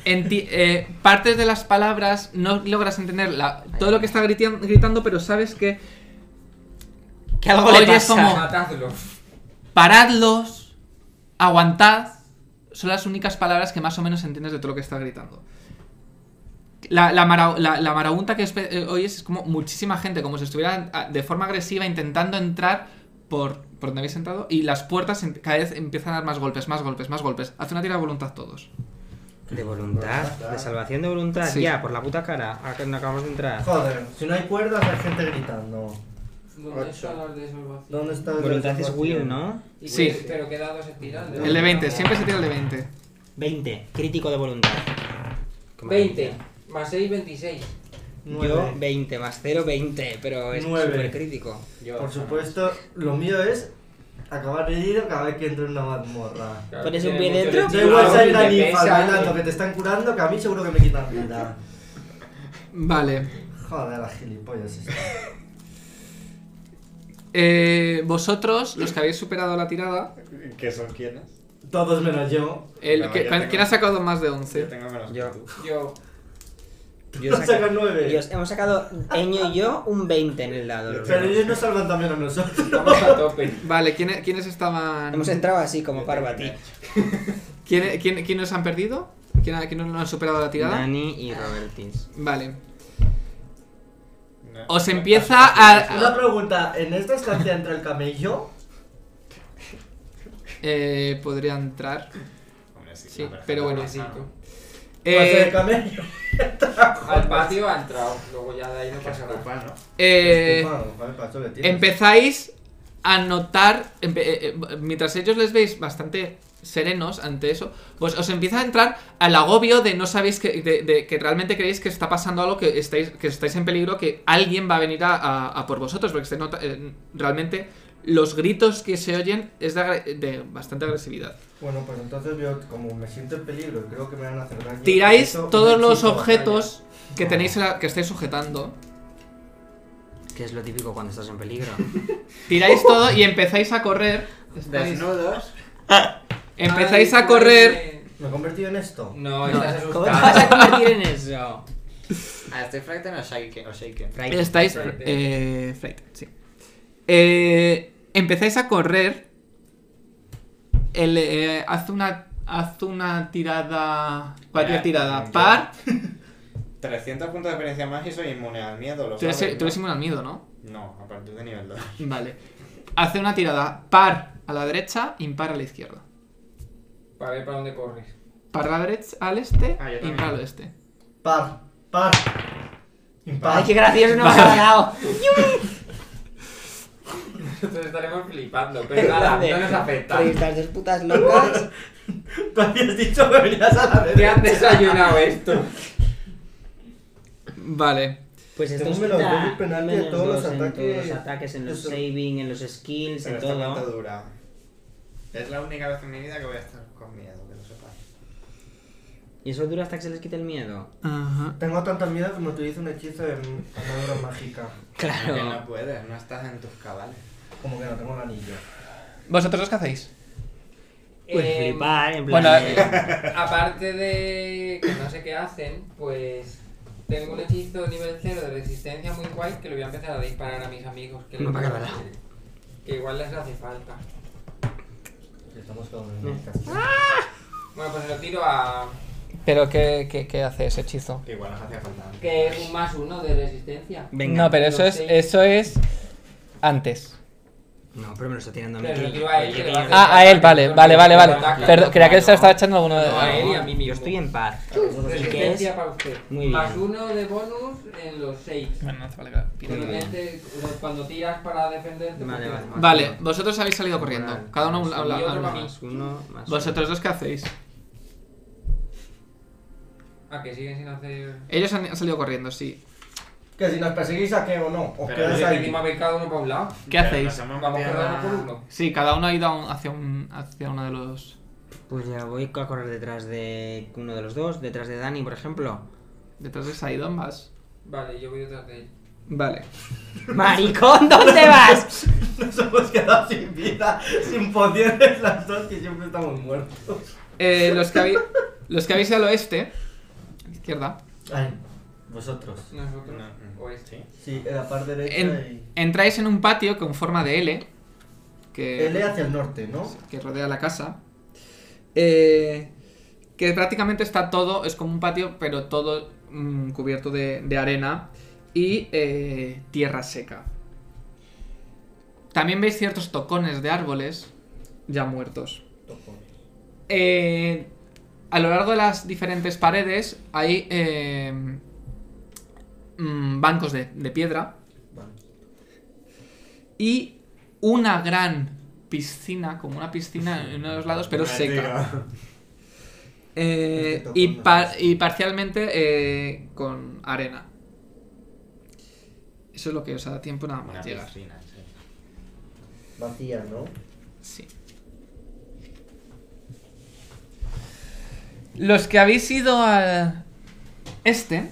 enti- eh, partes de las palabras no logras entender la- todo lo que está gritian- gritando, pero sabes que Que algo le Oyes pasa. como- Matadlo. paradlos, aguantad, son las únicas palabras que más o menos entiendes de todo lo que está gritando. La, la, mara- la- la marabunta que espe- eh, oyes es como muchísima gente, como si estuvieran ah, de forma agresiva intentando entrar por, por donde habéis entrado y las puertas em- cada vez empiezan a dar más golpes, más golpes, más golpes. Haz una tira de voluntad todos. De voluntad, de salvación de voluntad, Sí. ya, por la puta cara, a que no acabamos de entrar. Joder, si no hay cuerdas hay gente gritando. ¿Dónde Ocho. están las de salvación? ¿Dónde está el Voluntad es salvación? will, ¿no? Y Sí. que- Pero qué dados es tirar. El de 20, siempre se tira el de 20. 20, crítico de voluntad. Qué 20. maravilla. Más 6, 26. Yo Nueve. 20 más 0, 20, pero es Nueve. súper crítico. Yo, Por supuesto, lo mío es acabar herido cada vez que entro en una mazmorra. claro, Pones un tiene pie mucho dentro, Da de igual tiro, si hay y tan te infal pesa, bailando y- que te están curando que a mí seguro que me quitan vida. Vale. Joder, las gilipollas estas. Eh, vosotros, los que habéis superado la tirada, ¿Qué son quiénes? Todos menos yo. el No, que- yo tengo- ¿quién ha sacado más de Yo 11? tengo menos Yo. que tú. Yo, Yo Nos saca- sacan nueve. Dios, hemos sacado Eño y yo un 20 en el dado. los Pero dos. ellos nos salvan también a nosotros. estamos a tope. Vale, ¿quiénes, quiénes estaban...? Hemos entrado así como Yo Parvati. tengo ¿Quién, quién, quién nos han perdido? ¿Quién, ha- quién no han superado la tirada? Dani y Robertis. Vale. menos. No. Os empieza a... Una pregunta, ¿en esta estancia entra el camello? Eh, podría entrar. Hombre, sí, Sí, la verdad. pero bueno. Pobrecito. Pues el Eh, camello. Al patio ha entrado. Luego ya de ahí no Que pasa se nada. ocupa, ¿no? eh, Bueno, joder, Pacho, le tienes. empezáis a notar, empe- eh, eh, mientras ellos les veis bastante serenos ante eso, pues os empieza a entrar al agobio de no sabéis que, de, de que realmente creéis que está pasando algo, que estáis, que estáis en peligro, que alguien va a venir a, a- a por vosotros, porque se nota, eh, realmente los gritos que se oyen es de agre- de bastante agresividad. Bueno, pues entonces yo, como me siento en peligro y creo que me van a hacer daño. Tiráis eso, todos un los hechizo objetos que tenéis en la- que estáis sujetando. Que es lo típico cuando estás en peligro. Tiráis todo y empezáis a correr. Estáis- Desnudos. Empezáis Ay, a correr. Fran, batalla. ¿Me he convertido en esto? No, No, estás ¿Cómo te vas a asustado. convertir en eso? Ah, estoy fracten o shaken. O shaken. Frightened. Estáis. pues, Frightened. eh, frightened, sí. Eh, empezáis a correr. El, eh, haz una. Haz una tirada. Cualquier Ya, tirada. ya. Par. 300 puntos de experiencia más y soy inmune al miedo, lo Tú eres, sabes, tú eres Pues ¿no? inmune al miedo, ¿no? No, a partir de nivel 2. Vale. Hace una tirada par a la derecha, impar a la izquierda. Para ver para dónde corres. Par a la derecha, al este, Ah, yo también. impar al oeste. Par, par. Impar. ¡Ay, qué gracioso nos ha dado! Entonces estaremos flipando. Pues Pero nada, no nos afecta. Pero Pues estas dos putas locas. Tú habías dicho que venías a la Te han derecha. desayunado esto. Vale. Pues esto Tengo es menos dos puta. de penalti en Menos todos los dos en ataques. todos los ataques, en los Eso. saving, en los skills, Pero en esta cuenta todo. dura. Es la única vez en mi vida que voy a estar con miedo, que lo sepas. Y eso dura hasta que se les quite el miedo. Ajá. Tengo tanto miedo que me utilizo un hechizo de armadura mágica. Que Claro. no puedes, no estás en tus cabales. Como que no tengo el anillo. ¿Vosotros los qué hacéis? Pues Em, flipar, en plan. Bueno, de- Aparte de que no sé qué hacen, pues tengo un hechizo nivel 0 de resistencia muy guay que lo voy a empezar a disparar a mis amigos. Que, No, lo- para nada. que igual les hace falta. Estamos con un Bueno, pues se lo tiro a... ¿Pero qué, qué, qué hace ese hechizo? Igual nos hacía falta antes. que es un más uno de resistencia. Venga. no, pero no eso es, sé. eso es antes. No, pero me lo está tirando a mí. Pero lo que- tiro a él, que que yo- le va a hacer- Ah, a él, vale, vale, vale, vale. Ataca. Perdón, creía que se lo estaba echando a alguno de... No, a él y a mí mismo. eh, Yo estoy en paz. ah, Resistencia para usted. Muy bien. más uno de bonus en los 6. Bueno, no hace falta que- Muy bien. Cuando tiras para defenderte... Vale, porque- vale, Vale, vosotros habéis salido corriendo. Cada uno a un a un Y lado. otro a un para lado. mí. Más uno, más ¿Vosotros dos qué hacéis? Ah, que siguen sin hacer... Ellos han, han salido corriendo, sí. Que si nos perseguís a qué o no, os Pero quedáis sí, Encima ahí. encima veis cada uno para un lado. ¿Qué Pero hacéis? nos hemos Vamos metido cada a- uno por uno. Sí, cada uno ha ido a un- hacia, un, hacia uno de los... uno. Pues ya voy a correr detrás de uno de los dos, detrás de Dani, por ejemplo. Detrás de Saidon vas. Vale, yo voy detrás de él. Vale. Maricón, ¿dónde vas? Nos hemos quedado sin vida, sin pociones las dos que siempre estamos muertos. Eh, los, que habéis, los que habéis ido al oeste, a la izquierda, Ay, vosotros. Nosotros. No, no. O este. Sí. Sí, en la parte derecha en- y... entráis en un patio con forma de L que, L hacia el norte, ¿no? que rodea la casa. eh, que prácticamente está todo, es como un patio, pero todo mm, cubierto de, de arena y eh, tierra seca. También veis ciertos tocones de árboles ya muertos. Eh, a lo largo de las diferentes paredes hay eh, mm, bancos de, de piedra Vale. y una gran piscina, como una piscina en uno de los lados, pero Me ha seca. tirado. Eh, Perfecto, y, con par- nosotros. y parcialmente eh, con arena. Eso es lo que os da tiempo nada Una más llegar. piscina, sí. Vacía, ¿no? Sí. Los que habéis ido al este.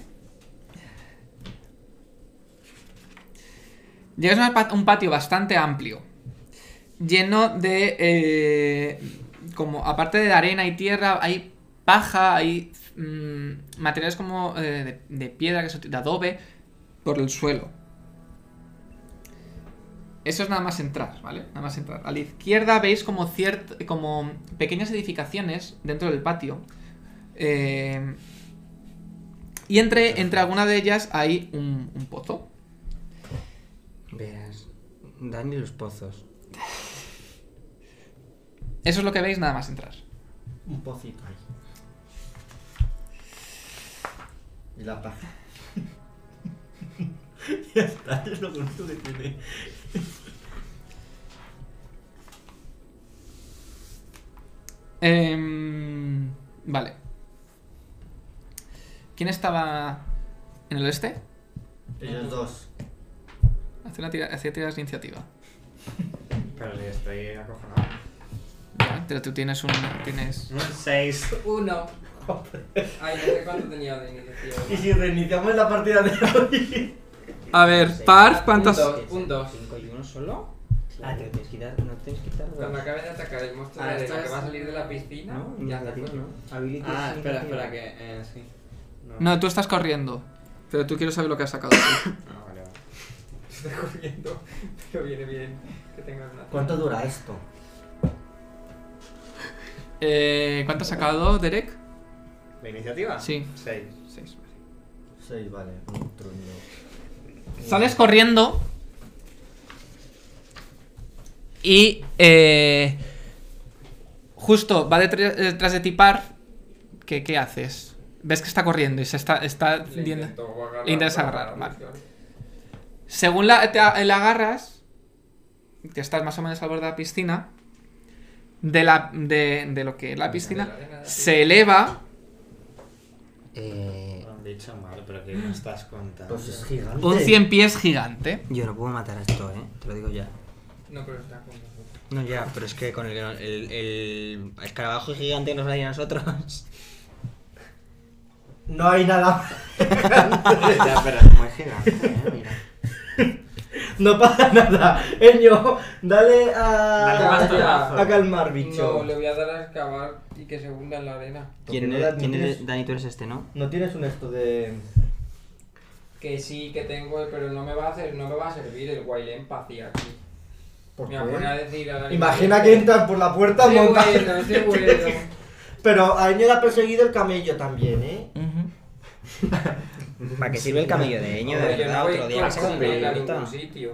Llegáis a una pa- un patio bastante amplio. Lleno de. eh, como aparte de arena y tierra, hay paja, hay mm, materiales como eh, de, de piedra, que se ut- de adobe, por el suelo. Eso es nada más entrar, ¿vale? Nada más entrar. A la izquierda veis como ciert, como pequeñas edificaciones dentro del patio. Eh, y entre, entre alguna de ellas hay un, un pozo. Verás, Dani los pozos. Eso es lo que veis nada más entrar. Un pocito ahí. Y la paja. ya está, es lo bonito que tiene. Em, vale. ¿Quién estaba en el oeste? Ellos dos. Hacía una tira, hacía tiras de iniciativa. Pero le estoy acojonado. Ya, Pero tú tienes un... Tienes... Un 6. Uno. Ay, no sé cuánto tenía de iniciativa. Y si reiniciamos la partida de hoy. A ver, Parf, ¿cuántas...? Dos, un dos. ¿Cinco y uno solo? Ah, te lo tienes que quitar, no tienes que quitar. Cuando acabes de atacar el monstruo Ah, de esto la que es- va a salir de la piscina, No, ya está. negativo, coño. ¿no? Abilities Ah, espera, negativo. espera, que. Eh, sí. No, tú estás corriendo. Pero tú quiero saber lo que has sacado. tú. Ah, vale, vale. Estoy corriendo, pero viene bien que tengas una. ¿Cuánto dura esto? Eh, ¿Cuánto has sacado, Derek? ¿De iniciativa? Sí. 6. Seis. vale. Seis, vale. Un truño. Sales corriendo. Y. eh, justo va detr- detrás de ti Parf. ¿Qué, qué haces? Ves que está corriendo y se está, está Le hundiendo. intento agarrar. Pues, eh. Le intentas para agarrar, la vale. cuestión. Según la, te a- eh, la agarras, que estás más o menos al borde de la piscina, de, la, de, de lo que es la piscina, Venga, venga, se eleva Eh, Han dicho mal, pero que no estás contando. Pues es gigante. un 100 pies gigante. yo no puedo matar a esto, eh. Te lo digo ya. No, pero está con nosotros. No, ya, pero es que con el, el, el escarabajo gigante que nos daña a nosotros. No hay nada. ya, pero es muy gigante, eh, mira. No pasa nada. Eño, dale a. Dale más a, tonazo. a calmar, bicho. No, le voy a dar a excavar y que se hunda en la arena. ¿Quién no eres, la- quién no eres- tienes- Dani, tú eres este, ¿no? No tienes un esto de. Que sí, que tengo, pero no me va a hacer, no me va a servir el guailén pacía aquí. ¿Por Me voy a poner a qué? decir a la Imagina que entran por la puerta Estoy monta. bueno, estoy bueno. Pero a Eño le ha perseguido el camello también, ¿eh? ¿Para qué sirve el camello de Eño? De Hombre, yo no verdad, voy otro día vas a con él a comer, ningún puta. sitio.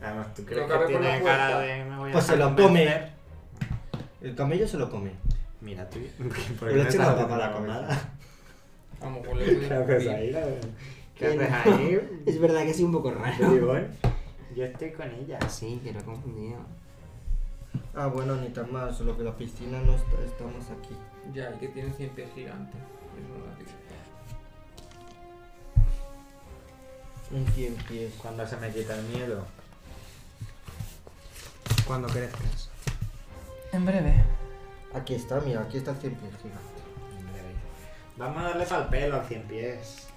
Además, ¿tú Lo crees cabe que por la tiene puerta. cara de. Me voy a Pues se lo dejar convencer? come. El camello se lo come. Mira, tú. ¿Por Le qué no echo estás la papa a la haciendo cabeza. nada? A lo mejor le voy Claro a que es decir. ahí, la verdad. ¿Qué haces ahí? Es verdad que soy un poco raro. bribón? Yo estoy con ella. Sí, que lo he confundido. Ah, bueno, ni tan mal, solo que la piscina no está, estamos aquí. Ya, y que tiene 100 pies gigantes. Eso no la tiene. Un 100 pies. Cuando se me quita el miedo. Cuando crezcas. En breve. Aquí está, mira, aquí está el 100 pies, mira. Hombre, Vamos a darle pa'l pelo al cien pies.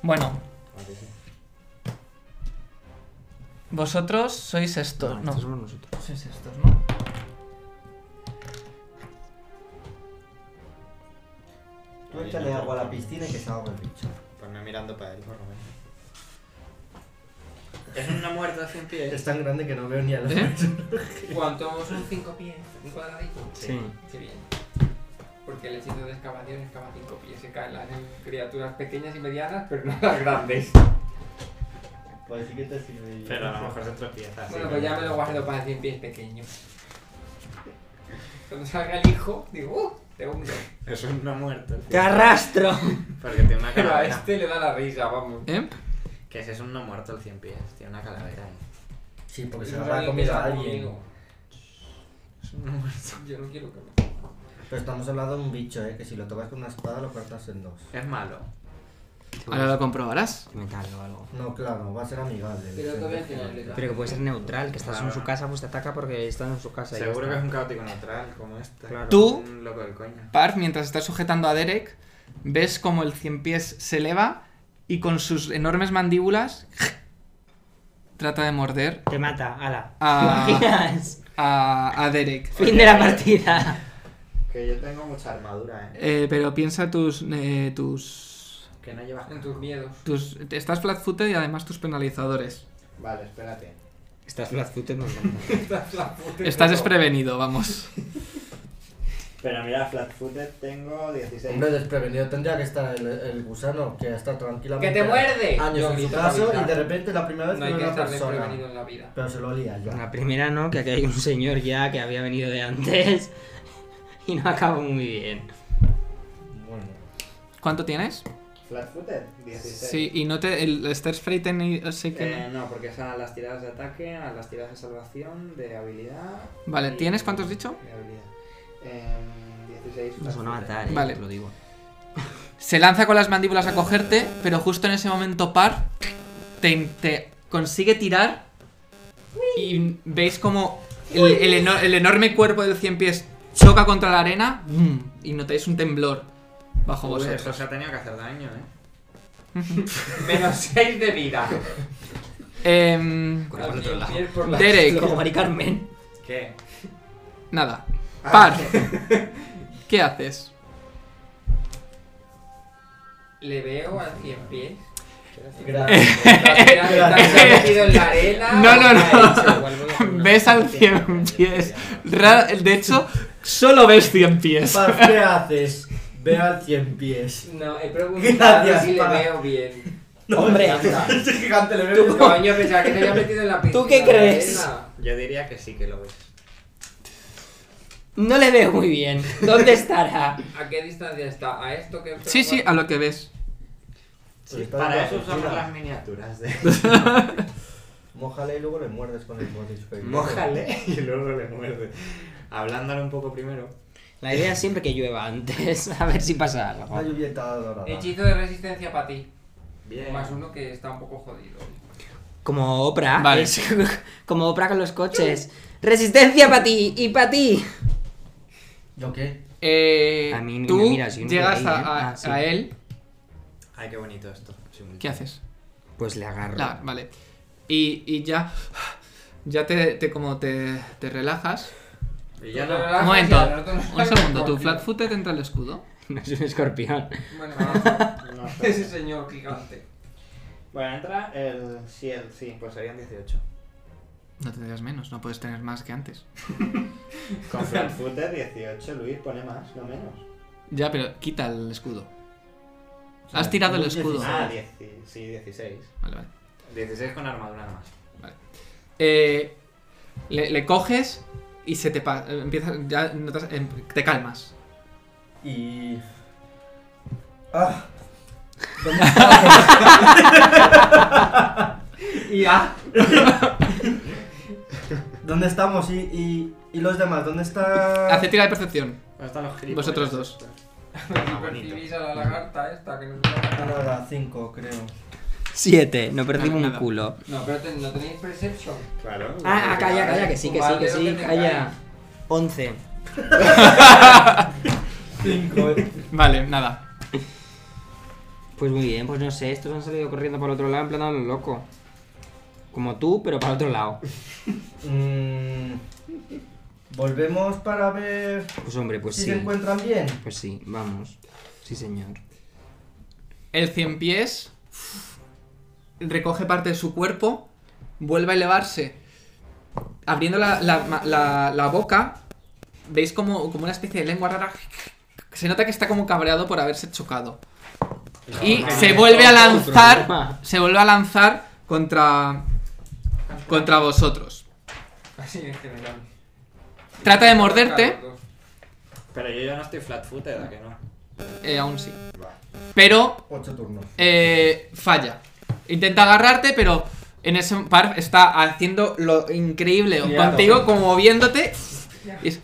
Bueno, Vale, sí. Vosotros sois estos, no. estos somos nosotros. Sois estos, ¿no? Tú échale agua a la piscina y que se ahogue el bicho. Ponme mirando para él, por lo menos. Es una muerte a 100 pies. Es tan grande que no veo ni a los ¿Eh? ¿Cuánto son 5 pies? ¿Un cuadradito? Sí. Qué bien. Porque el hechizo de excavación excava 5 pies. Se caen las criaturas pequeñas y medianas, pero no las grandes. Pues sí que te sirve. Pero a lo mejor se tropieza. bueno, pues ya me lo guardo para 100 pies pequeños. Cuando salga el hijo, digo, ¡uh! Te hundo. Es una muerte. ¡Te arrastro! Porque tiene una Pero a calavera. este le da la risa, vamos. ¿Eh? Que ese es un no muerto el 100 pies. Tiene una calavera ahí. Sí, porque se No lo sabe habrá que comido está a alguien. conmigo. Es un no muerto. Yo no quiero que me... Pero estamos hablando de un bicho, eh, que si lo tocas con una espada lo cortas en dos. Es malo. Ahora lo comprobarás. Que me cargue o algo. No, claro, va a ser amigable. Pero todavía tiene definitivamente. letra. Pero que puede ser neutral, que estás en su casa, pues te ataca porque estás en su casa. y ya Seguro que está. es un caótico neutral como este. Claro. Tú- Un loco del coño. Parf, mientras está sujetando a Derek, ves como el cien pies se eleva y con sus enormes mandíbulas trata de morder Te mata, ala. Ah. ¿Te imaginas? a, a Derek. Fin de la partida. Que yo tengo mucha armadura, eh. Eh, pero piensa tus. eh, tus. Que no llevas. En tus miedos. tus. Estás flat-footed y además tus penalizadores. Vale, espérate. Estás flatfooted, no encanta. Estás desprevenido, vamos. Pero mira, flatfooted tengo 16. Hombre, desprevenido tendría que estar el, el gusano, que está tranquilamente. ¡Que te muerde! Años Yo en su grito caso para y de gritar. repente la primera vez que No hay ve que a una estar desprevenido persona. en la vida. Pero se lo olía ya. La primera no, que aquí hay un señor ya que había venido de antes y no acabó muy bien. Bueno. ¿Cuánto tienes? Flatfooted, 16. Sí, y no te. El Stairs Freighten y- sí que no. Eh, no, porque es a las tiradas de ataque, a las tiradas de salvación, de habilidad. Vale, ¿tienes cuánto has dicho? De habilidad. Em, 16. Nos van a matar, eh, Vale. te lo digo. Se lanza con las mandíbulas a cogerte, pero justo en ese momento par te, te consigue tirar y veis como el, el eno- el enorme cuerpo del cien pies choca contra la arena ¡bum! y notáis un temblor bajo Uy, esto vosotros. se ha tenido que hacer daño, eh. Menos 6 de vida. Em, Corre por el otro Al lado. pie por la- Derek, Luego, Mari Carmen. ¿Qué? nada. Par, ¿qué haces? Le veo al 100 pies. Gracias. Está está metido en la arena. No, no, o no. qué ha hecho, o algo que- Ves al cien pies. Ra- De hecho, solo ves cien pies. Paz, ¿qué haces? Ve al cien pies. No, he preguntado Gracias, si le para. veo bien. Hombre, ese gigante le veo. Coño, pensaba que se había metido en la piscina. ¿Tú qué de crees? arena. Yo diría que sí que lo ves. No le veo muy bien. ¿Dónde estará? ¿A qué distancia está? ¿A esto que.? Sí, sí, a lo que ves. Sí, Pues está en Pues, Para la eso usamos cocina. las miniaturas de. Mójale y luego le muerdes con el body spray. Mójale y luego le muerde. Hablándole un poco primero. La idea es siempre que llueva antes, a ver si pasa algo. Una lluvieta dorada. Hechizo de resistencia para ti. Bien. Más uno que está un poco jodido. Como Oprah. Vale. es como Oprah con los coches. Resistencia para ti y para ti. ¿Yo qué? Eh, A mí ni tú me miras, yo no llegas te a, veía, ¿eh? a- Ah, sí. a él. Ay, qué bonito esto. ¿Qué haces? Pues le agarro. La- vale. Y, y ya. Ya te, te- como te, te relajas. Y ya Pero no. la- Un momento. Ah, sí, Alberto, no Un sabes segundo. por Tu qué. flatfooted entra el escudo. No es un escorpión. Bueno, No, ese señor gigante. Bueno, entra el. Sí, el. Sí, pues serían 18. No tendrías menos, no puedes tener más que antes. Con Frankfurter 18, Luis pone más, no menos. Ya, pero quita el escudo. Has tirado el un escudo. Ah, 10, sí, 16. Vale, vale. 16 con armadura nada más. Eh, le, le coges y se te pa- eh, empiezas. Ya notas- em, te calmas. Y. ¡Ah! ¿Dónde está? Y ah, ¿Dónde estamos? ¿Y, y, y los demás? ¿Dónde está? Hace tira de percepción. ¿Dónde están los gilipollas? Vosotros dos. Ah, bonito. percibís a la lagarta esta que no se llama. Nada, Ah, cinco, creo. Siete. No perdimos Nada, un nada. culo. No, pero ten- no tenéis perception. Claro. Ah, ah, calla, calla, que sí, que sí, que sí, calla. Once. Cinco. Vale, nada. Pues muy bien, pues no sé, estos han salido corriendo por otro lado en plan a lo loco. Como tú, pero para otro lado. Mm, Volvemos para ver Pues hombre, pues si sí. se encuentran bien. Pues sí, vamos. Sí, señor. El cien pies recoge parte de su cuerpo, vuelve a elevarse. Abriendo la, la- la- la boca, veis como, como una especie de lengua rara. Se nota que está como cabreado por haberse chocado. Y se vuelve a lanzar. Se vuelve a lanzar contra. contra vosotros. Así en general. Trata de morderte. Pero yo ya no estoy flat-footed, ¿a que no? eh, aún sí. Va. Pero Ocho turnos. Eh, falla. Intenta agarrarte, pero en ese par está haciendo lo increíble Liado. contigo, como moviéndote. Y es-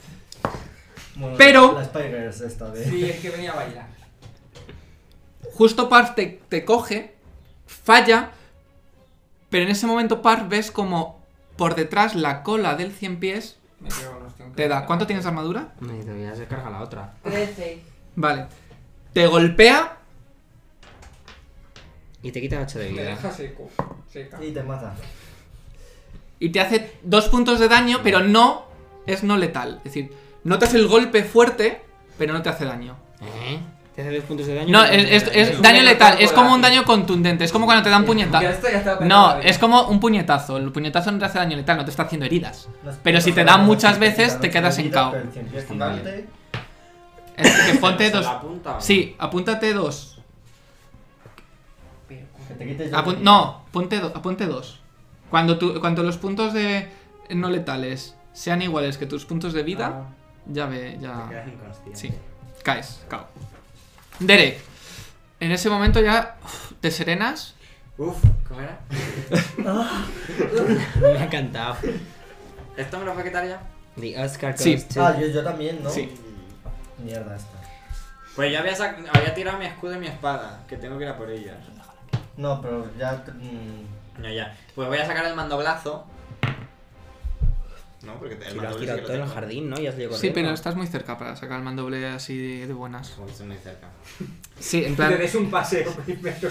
Bueno, Pero- La Spider es esta de. Sí, es que venía a bailar. justo Parf te, te coge, falla, pero en ese momento Parf ves como por detrás la cola del cien pies Me pego unos tiempos. te da. ¿Cuánto tienes de armadura? Me deberías de cargar la otra. 13. Vale. Te golpea, Y te quita 8 de Me vida. deja seco. Seca. Y te mata. y te hace dos puntos de daño, pero no es no letal. Es decir, notas el golpe fuerte, pero no te hace daño. ¿Eh? Te hace 2 puntos de daño. No, pero es, te es- es hace daño Un letal, daño es como un volátil. daño contundente, es como cuando te dan Ya puñetazos. esto ya estaba No, pensando es bien. como un puñetazo, el puñetazo no te hace daño letal, no te está haciendo heridas. Las Pero si te personas dan muchas que veces, quitan te ocho quedas en de vida, KO. pero el cien pies Está mal. gigante, Así que ponte ¿Se dos. la punta o no? Sí, apúntate dos. que te quites Apun- Ah, pues No, ponte do- apunte dos. Cuando, tu- cuando los puntos de no letales sean iguales que tus puntos de vida, ya ve, Te ya. quedas Ah, inconsciente. Sí, caes, cao. Derek, en ese momento ya uf, te serenas. Uf, ¿cómo era? Me ha encantado. ¿Esto me lo va a quitar ya? The Oscar goes Sí. to- Ah, yo, yo también, ¿no? Sí. Mm. Mierda esta. Pues yo había, sac- había tirado mi escudo y mi espada, que tengo que ir a por ellas. No, pero ya. mm, No, ya. Pues voy a sacar el mandoblazo. No, porque el Lo has mandoble sí tirado que lo todo en el tengo. jardín, ¿no? Y has llegado Sí, pero corriendo. estás muy cerca para sacar el mandoble así de- de buenas. Uy, estoy muy cerca. Sí, en Te plan. des un paseo primero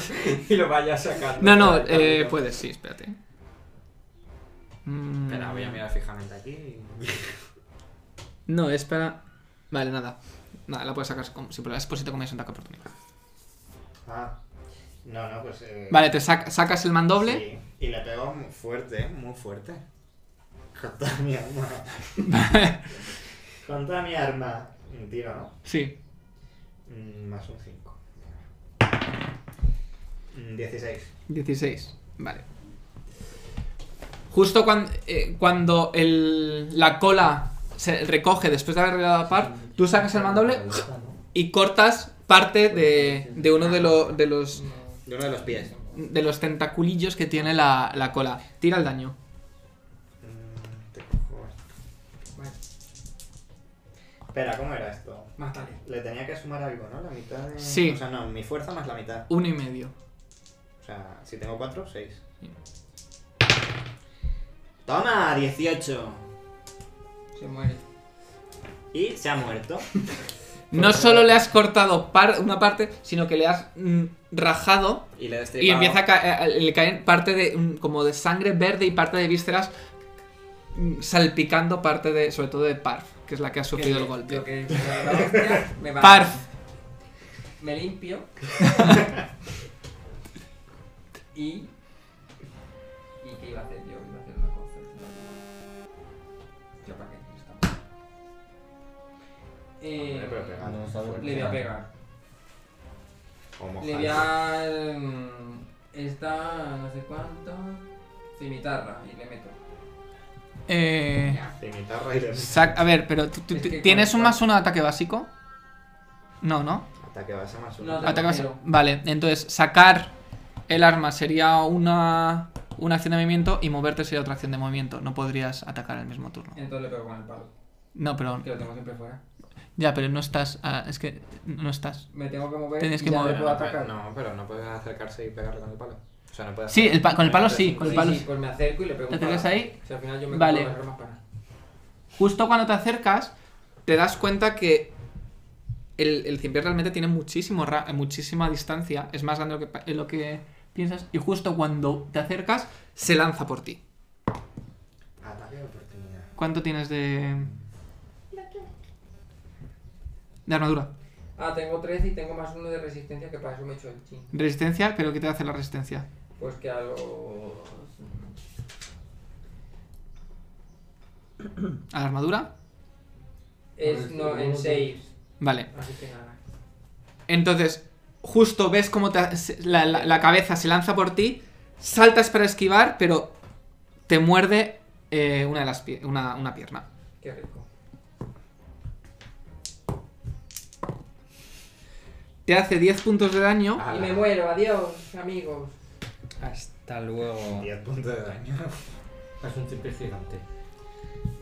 y lo vayas sacando. No, no, Por el eh, pues- camino. puedes, sí, espérate. Mm, Espera, voy a mirar fijamente aquí. y- No, espera. Vale, nada. Nada, la puedes sacar con- sin problemas. Es por si te comías un ataque oportunidad. Ah. No, no, pues. eh, Vale, te sac- sacas el mandoble. Sí, y le pego muy fuerte, muy fuerte. Con toda mi arma. Con toda mi arma. Un tiro, ¿no? Sí. Mm, Más un Mm, 5. 16. 16. Vale. Justo cuan- eh, cuando el- la cola se recoge después de haberle dado a par, tú sacas el mandoble y cortas parte de, de uno de, lo- de los De uno de los pies. de los tentaculillos que tiene la, la cola. Tira el daño. Mm, te cojo esto. Vale, Espera, ¿cómo era esto? mátale. Le tenía que sumar algo, ¿no? La mitad de. Sí. O sea, no, mi fuerza más la mitad. Uno y medio. O sea, si tengo 4, 6. ¡Toma! 18. Se muere. Y se ha muerto. No solo le has cortado par- una parte, sino que le has mm, rajado Y le he destripado. y empieza a, ca- a- le caer parte de mm, como de sangre verde y parte de vísceras mm, salpicando parte de sobre todo de Parf, que es la que ha sufrido el Que- lo golpe. que- la hostia, me va- Parf, Me limpio. y. ¿Y qué iba a hacer yo? Iba a hacer una concentración. ¿Yo para qué estamos? Hombre, pero Eh, pegando no sabe. le voy a pegar. O Le mojarse. voy a. mm, Esta. no sé cuánto. Cimitarra y le meto. eh, Ya. De guitarra y de sac- a ver, pero tú- tú- Es que tienes un con- más uno de ataque básico. No, no. Ataque base más No, uno. Ataque Ataque básico. cero. Vale, entonces sacar el arma sería una una acción de movimiento y moverte sería otra acción de movimiento. No podrías atacar al mismo turno. Entonces le pego con el palo. No, pero Que lo tengo siempre fuera. Ya, pero no estás. ah, es que no estás. Me tengo que mover. Tienes y que ya mover. Le puedo pero- atacar. no, pero no puedes acercarse y pegarle con el palo. O sea, no puedes. Sí, hacer- el pa- con el palo sí, Sí, con el Sí, palo. sí, sí. pues me acerco y le pego ¿Te un palo. acercas ahí? O sea, al final yo me Vale. compro las armas para. Justo cuando te acercas, te das cuenta que el, el cien pies realmente tiene muchísimo ra- muchísima distancia. Es más grande de lo que, pa- de lo que piensas, y justo cuando te acercas, se lanza por ti. Ataque de oportunidad. ¿Cuánto tienes de. de armadura? Ah, tengo 13 y tengo más uno de resistencia que para eso me he hecho el chin. Resistencia, pero ¿qué te hace la resistencia? Pues que a los. ¿A la armadura? Es no, en 6. Vale. Así que nada. Entonces, justo ves cómo te- se- la, la- la cabeza se lanza por ti, saltas para esquivar, pero te muerde eh, una, de las pie- una, una pierna. Qué rico. Te hace 10 puntos de daño. Ah. Y me muero, adiós, amigos. Hasta luego. 10 puntos de daño. Es un triple gigante.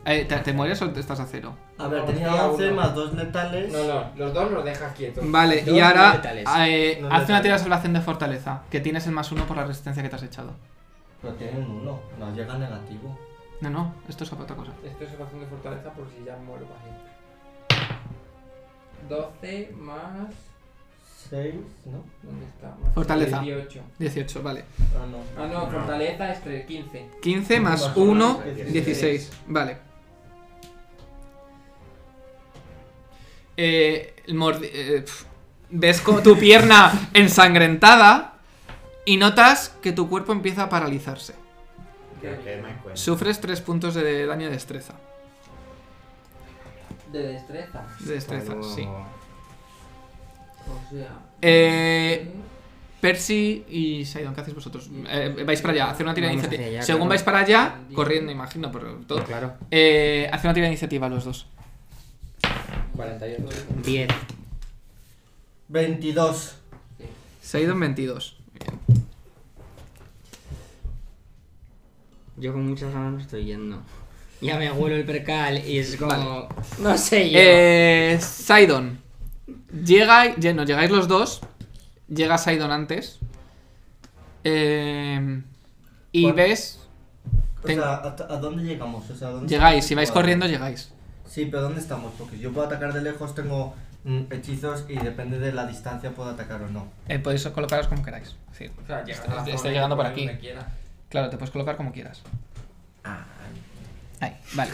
Eh, ¿te, te mueres o te estás a cero? A ver, No, tenía tenía 11 uno. más 2 letales. No, no, los dos los dejas quietos. Vale, Dos y ahora letales. eh, Dos haz una letales. tira de salvación de fortaleza, que tienes el más uno por la resistencia que te has echado. Pero tienen uno, no llega negativo. No, no, esto es otra cosa. Esto es salvación de fortaleza por si ya muero para siempre. 12 más. 6, ¿no? ¿Dónde está? Más Fortaleza. 18. 18, vale. Ah, no. Ah, no, No. fortaleza es tres, 15. 15 más Más uno, 1, dieciséis. 16. Vale. Eh, el mordi- eh, pf, ves como tu pierna ensangrentada y notas que tu cuerpo empieza a paralizarse. Creo que me cuento. Sufres 3 puntos de daño de destreza. De destreza. De destreza, sí. O sea. Eh, Percy y Saidon, ¿qué hacéis vosotros? Eh, vais para allá, hacer una tirada de Vamos hacia iniciativa. allá, Según claro. vais para allá, corriendo, imagino, por todo. Claro. Eh, hacer una tirada de iniciativa los dos. 48. 10. 22. Saidon 22. Yo con muchas ganas me estoy yendo. Ya me huelo el percal y es como. No sé yo. Eh, Saidon. Llega, lle- no, llegáis los dos. Llega Saidon antes. Eh, y Bueno. ves. O Ten- sea, ¿hasta- ¿a, dónde llegamos? O sea, ¿dónde Llegáis, estamos si vais jugando? corriendo, llegáis. Sí, pero ¿dónde estamos? Porque yo puedo atacar de lejos, tengo mm, hechizos y depende de la distancia puedo atacar o no. Eh, podéis colocaros como queráis. Sí. O sea, llegas a la Estoy- zona estoy y llegando por donde aquí. quieras. Claro, te puedes colocar como quieras. Ah. Ahí, vale.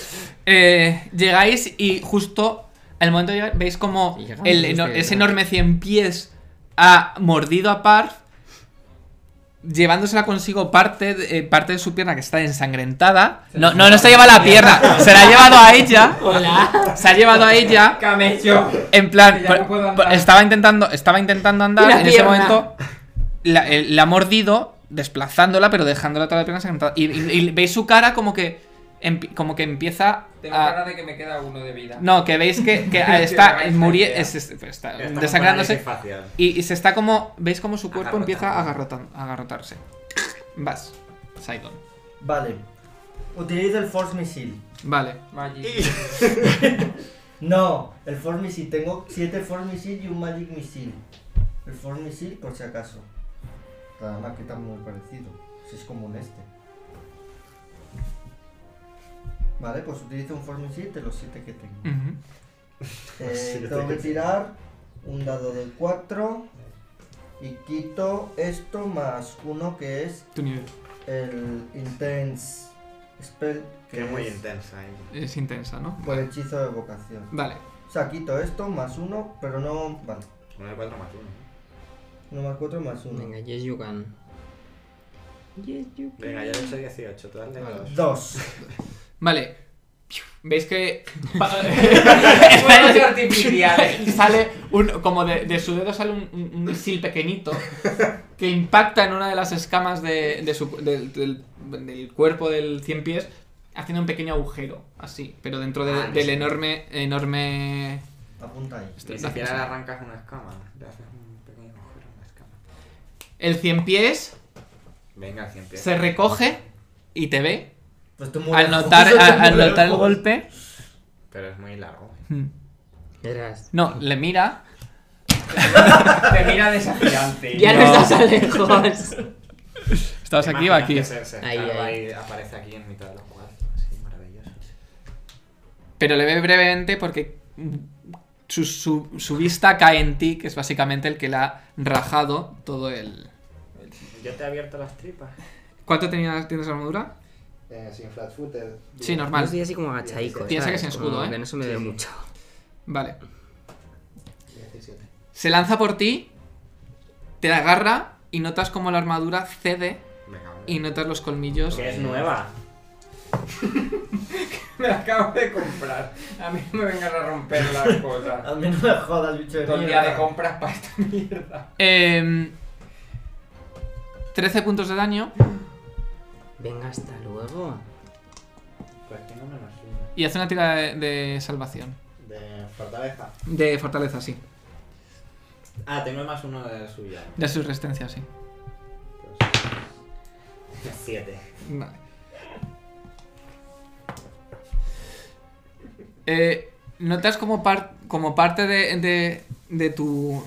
Eh, llegáis y justo al momento de llegar veis como Y llegamos el justo eno- y ese llegamos. enorme cien pies ha mordido a Parf, llevándosela consigo parte de, eh, parte de su pierna que está ensangrentada. Se No, la no, no lleva. se lleva la pierna, se la ha llevado a ella. Se ha llevado a ella. Camello. En plan, Que ya no por- puedo por- andar. estaba intentando, estaba intentando andar La en ese pierna. momento. La, el- la ha mordido, desplazándola, pero dejándola toda la pierna ensangrentada. Y, y- y veis su cara como que. empi- como que empieza Tengo a. cara de que me queda uno de vida. Ah. No, que veis que, que ah, Que está hagáis muriendo. idea. pues, Está Estamos con desangrándose. análisis facial. Y, y se está como. Veis como su cuerpo Agarrotando. empieza a, agarrotan- a agarrotarse. Vas, Saidon. Vale. Utilizo el Force Missile. Vale. Magic. No, el Force Missile. Tengo 7 Force Missile y un Magic Missile. El Force Missile, por si acaso. Cada una que está muy parecido. Si es como un este. Vale, pues utilizo un Force Missile de los 7 que tengo. Ujú. Eh, Sí, tengo que sí. tirar un dado de 4 y quito esto más uno que es Tu nivel. el Intense Spell, que, Que es muy es intensa. ¿eh? Es intensa, ¿no? por hechizo de vocación. Vale. O sea, quito esto más uno, pero no. Vale, Uno de 4 más 1. no más 4 más Venga, 1. yes you can. Yes you can. Venga, ya le he hecho 18. Tú dale Vale. 2. 2. Vale. Veis que. Fuegos artificiales. Y sale un, como de, de su dedo sale un, un- un misil pequeñito que impacta en una de las escamas de, de su- del, del- del cuerpo del cien pies, haciendo un pequeño agujero, así, pero dentro de- Ah, no del sé. enorme, enorme... Apunta ahí. este- Ni siquiera le arrancas una escama. Le haces un pequeño agujero en la escama. El cien pies Venga, siempre. se recoge y te ve Pues tú muy al lejos. notar, Tú al, muy al notar el lejos. golpe. Pero es muy largo. ¿eh? Hmm. Verás. No, le mira. Te mira desafiante. Ya no, No. estás a lejos. ¿Estabas ¿Te aquí o imaginas aquí? que Se, se Ahí, escapa ahí. y aparece aquí en mitad de los cuadros. Así, maravilloso. Pero le ve brevemente porque su, su- su vista cae en ti, que es básicamente el que le ha rajado todo el, Yo te he abierto las tripas. ¿Cuánto tenías, tienes de armadura? Eh, sin flat footed. Sí, no. Yo normal. estoy así como agachaico. Piensa ¿sabes? que es sin Como escudo, ¿eh? Que no se me Sí, dé sí. mucho. Vale. 17. Se lanza por ti, te agarra y notas como la armadura cede Me cago en- y notas los colmillos. Que es nueva. Me la acabo de comprar. A mí no me vengan a romper las cosas. A mí no me jodas, bicho de Todo el día de mierda. compras para esta mierda. Em, 13 puntos de daño Venga, hasta luego. Pues tengo menos uno. y hace una tira de, de salvación. De fortaleza. De fortaleza, sí. Ah, tengo más uno de suya. De su resistencia, sí. Pues... Siete. Vale. Eh, notas como, par- como parte de, de- de tu,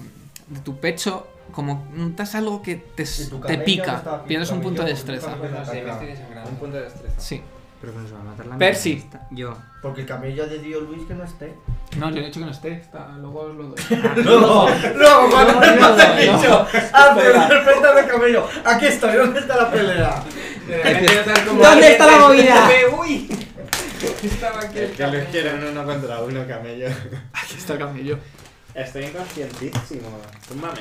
de tu pecho, como notas algo que te, Y tu te cabello pica. está aquí, Pierdes un cabello, punto de tu destreza. cabello No sé, me acá. estoy desangrando. Un punto de destreza. Sí. Pero que nos va a matar la Percy. mierda esta. Yo. Porque el camello de Dios Luis que no esté. No, yo le he dicho que no esté. está- Ah, luego os lo doy. Luego, luego, cuando No, no, no, te no. bicho, hace una defensa de camello. Aquí estoy, ¿dónde está la pelea? De repente notas como ¿Dónde alguien está la te- movida? te ve, ¡Uy! Estaba aquí el Que los café. quieren uno contra uno, camello. Aquí está el camello. Estoy inconscientísimo. Túmbame.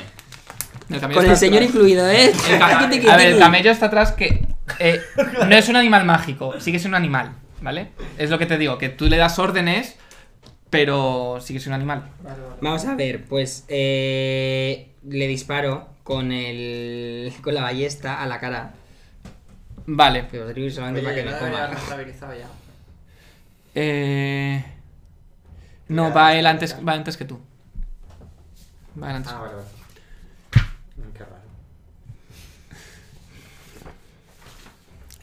El camello Con está el señor atrás. incluido, ¿eh? El ca- Tiqui, tiqui, A ver, el tiqui. camello está atrás que eh, no es un animal mágico, sigue siendo un animal, ¿vale? Es lo que te digo, que tú le das órdenes, pero sigue siendo un animal. Vale, vale. Vamos a ver, pues eh, le disparo con el con la ballesta a la cara. Vale. Pero sirve solamente Oye, para que yo me no coma. debería haberme estabilizado ya. Eh... No, Ya, va ya él está, antes, ya. va antes que tú. Va él antes. Ah, vale, vale. Mm, Qué raro.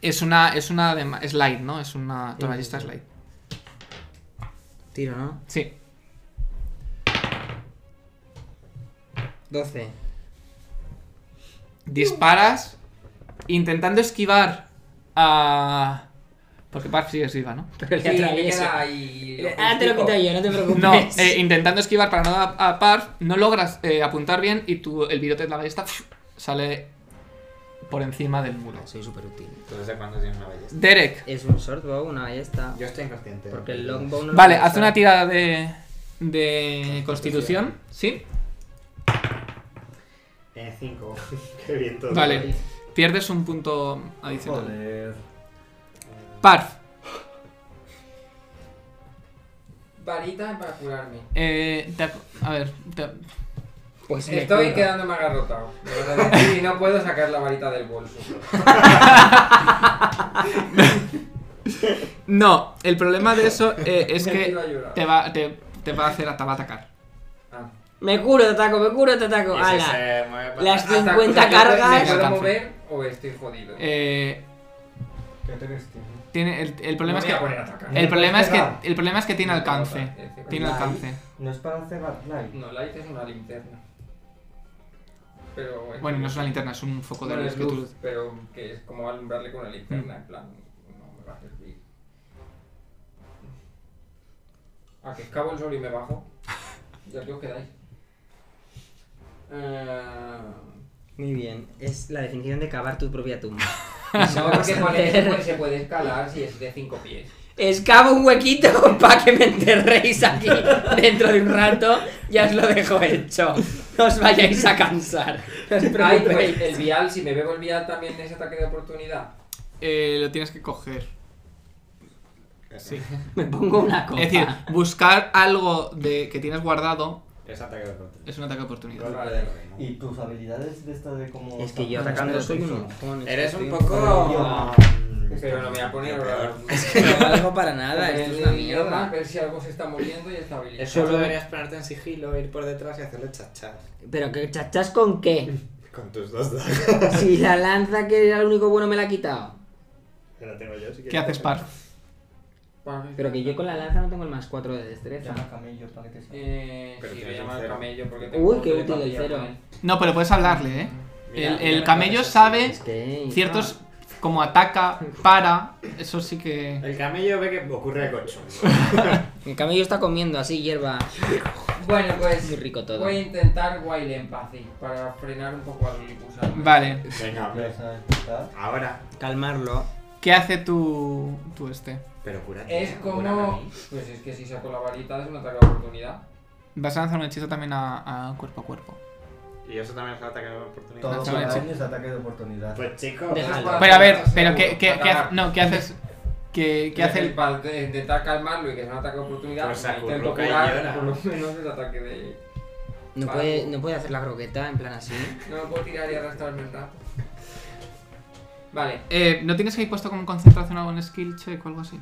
Es una, es una de, ma- es light, ¿no? Es una sí, caballista sí. slide. Tiro, ¿no? Sí. 12. Disparas intentando esquivar a... Porque Parf sigue viva, ¿no? Pero le Sí, le atravieso. queda ahí. lo Ah, te lo justico. quito yo, no te preocupes. No, eh, intentando esquivar para no dar a par, no logras eh, apuntar bien y tu, el virote de la ballesta ¡fuf! sale por encima del muro. Soy súper útil. Entonces, ¿de cuándo tienes una ballesta? Derek, Es un shortbow, una ballesta. Yo estoy inconsciente. Porque el longbow no. lo vale, puedo haz usar. una tirada de, de constitución, ¿sí? Eh, cinco. Qué bien todo. Vale, pierdes un punto adicional. Joder. Parf, Varita para curarme. eh, te ac- a ver, te- Pues me Estoy curo. quedándome agarrotado. me vas a decir, Y no puedo sacar la varita del bolso. no, el problema de eso eh, es Me que quiero ayudar. te va, te, te va a hacer te va a atacar. Ah. Me curo, te ataco, me curo, te Y ataco. si ¡Hala! se mueve para Las atrás- Hasta- 50 o sea, ¿yo ¿Me cargas. puedo Alcanza. mover o estoy jodido? Eh, ¿Qué tenés, tío? tiene, el, el No problema es me voy a poner que a atacar. el problema es que Pegado. el problema es que tiene No, alcance, no, no. tiene alcance. No es para hacer Batman. No, light es una linterna. Pero eh, bueno. Bueno, no es una linterna, es un foco de Bueno, luz es que luz, tú- pero que es como alumbrarle con una Mm. linterna, en plan, no me va a servir. A que escavo el sol y me bajo. Y aquí os quedáis. Eh, Muy bien, es la definición de cavar tu propia tumba. Ah, no, porque con él se puede, se puede escalar si es de 5 pies. Escavo un huequito para que me enterréis aquí dentro de un rato. Ya os lo dejo hecho. No os vayáis a cansar. No os Ay, pues, preocupéis. el vial, si me bebo el vial también es ataque de oportunidad. Eh, lo tienes que coger. Sí. Me pongo una copa. Es decir, buscar algo de que tienes guardado Es ataque de oportunidad. es un ataque de oportunidad. Golpe de remo. Y tus habilidades de esta de como. Es que yo atacando soy un mojón. es que Eres estoy un poco- poco... Pero no me voy a poner ahora. Es que no valgo para nada, Poner esto es el una miedo, mierda. Ver si algo se está moviendo y está habilitado. Eso lo deberías ponerte en sigilo, ir por detrás y hacerle chachar. Pero que chachas con qué? Con tus dos dados. Si la lanza que era el único bueno me la ha quitado. La tengo yo, si ¿Qué haces, Parf? Pero que yo con la lanza no tengo el más 4 de Llama destreza. a camello para que te salga. Eh, Pero sí, tienes voy a un llamar al cero. camello porque Uy, qué tengo útil el telepatía cero. con él. No, pero puedes hablarle, ¿eh? Mira, el mira, el mira, camello eso sí. sabe Es que. ciertos como ataca, para. Eso sí que. El camello ve que ocurre el coche. El camello está comiendo así hierba. Bueno, pues. Muy rico todo. Voy a intentar Wild Empathy para frenar un poco al Lipusar. Vale. Venga, hombre. Ahora. Calmarlo. ¿Qué hace tu. tu este? Pero cúrate. Es ¿eh? Cúrame a como. mí. Pues es que si saco la varita es un ataque de oportunidad. Vas a lanzar un hechizo también a, a cuerpo a cuerpo. Y eso también es un ataque de oportunidad. Todo Lanza para una daño es ataque de oportunidad. Pues chico. Déjalo. Pero a ver, Seguro, pero ¿qué, qué, para qué ha- ganar. no, ¿qué haces? ¿Qué, qué hace el.? Para de- intentar calmarlo y que sea un ataque de oportunidad. Pues me acurruca intento y curar, llora. Por lo menos el ataque de. No Vale. puede, no puede hacer la croqueta en plan así. No me puedo tirar y arrastrarme un rato. Vale, Eh, ¿No tienes ahí puesto como concentración o algún skill check o algo así?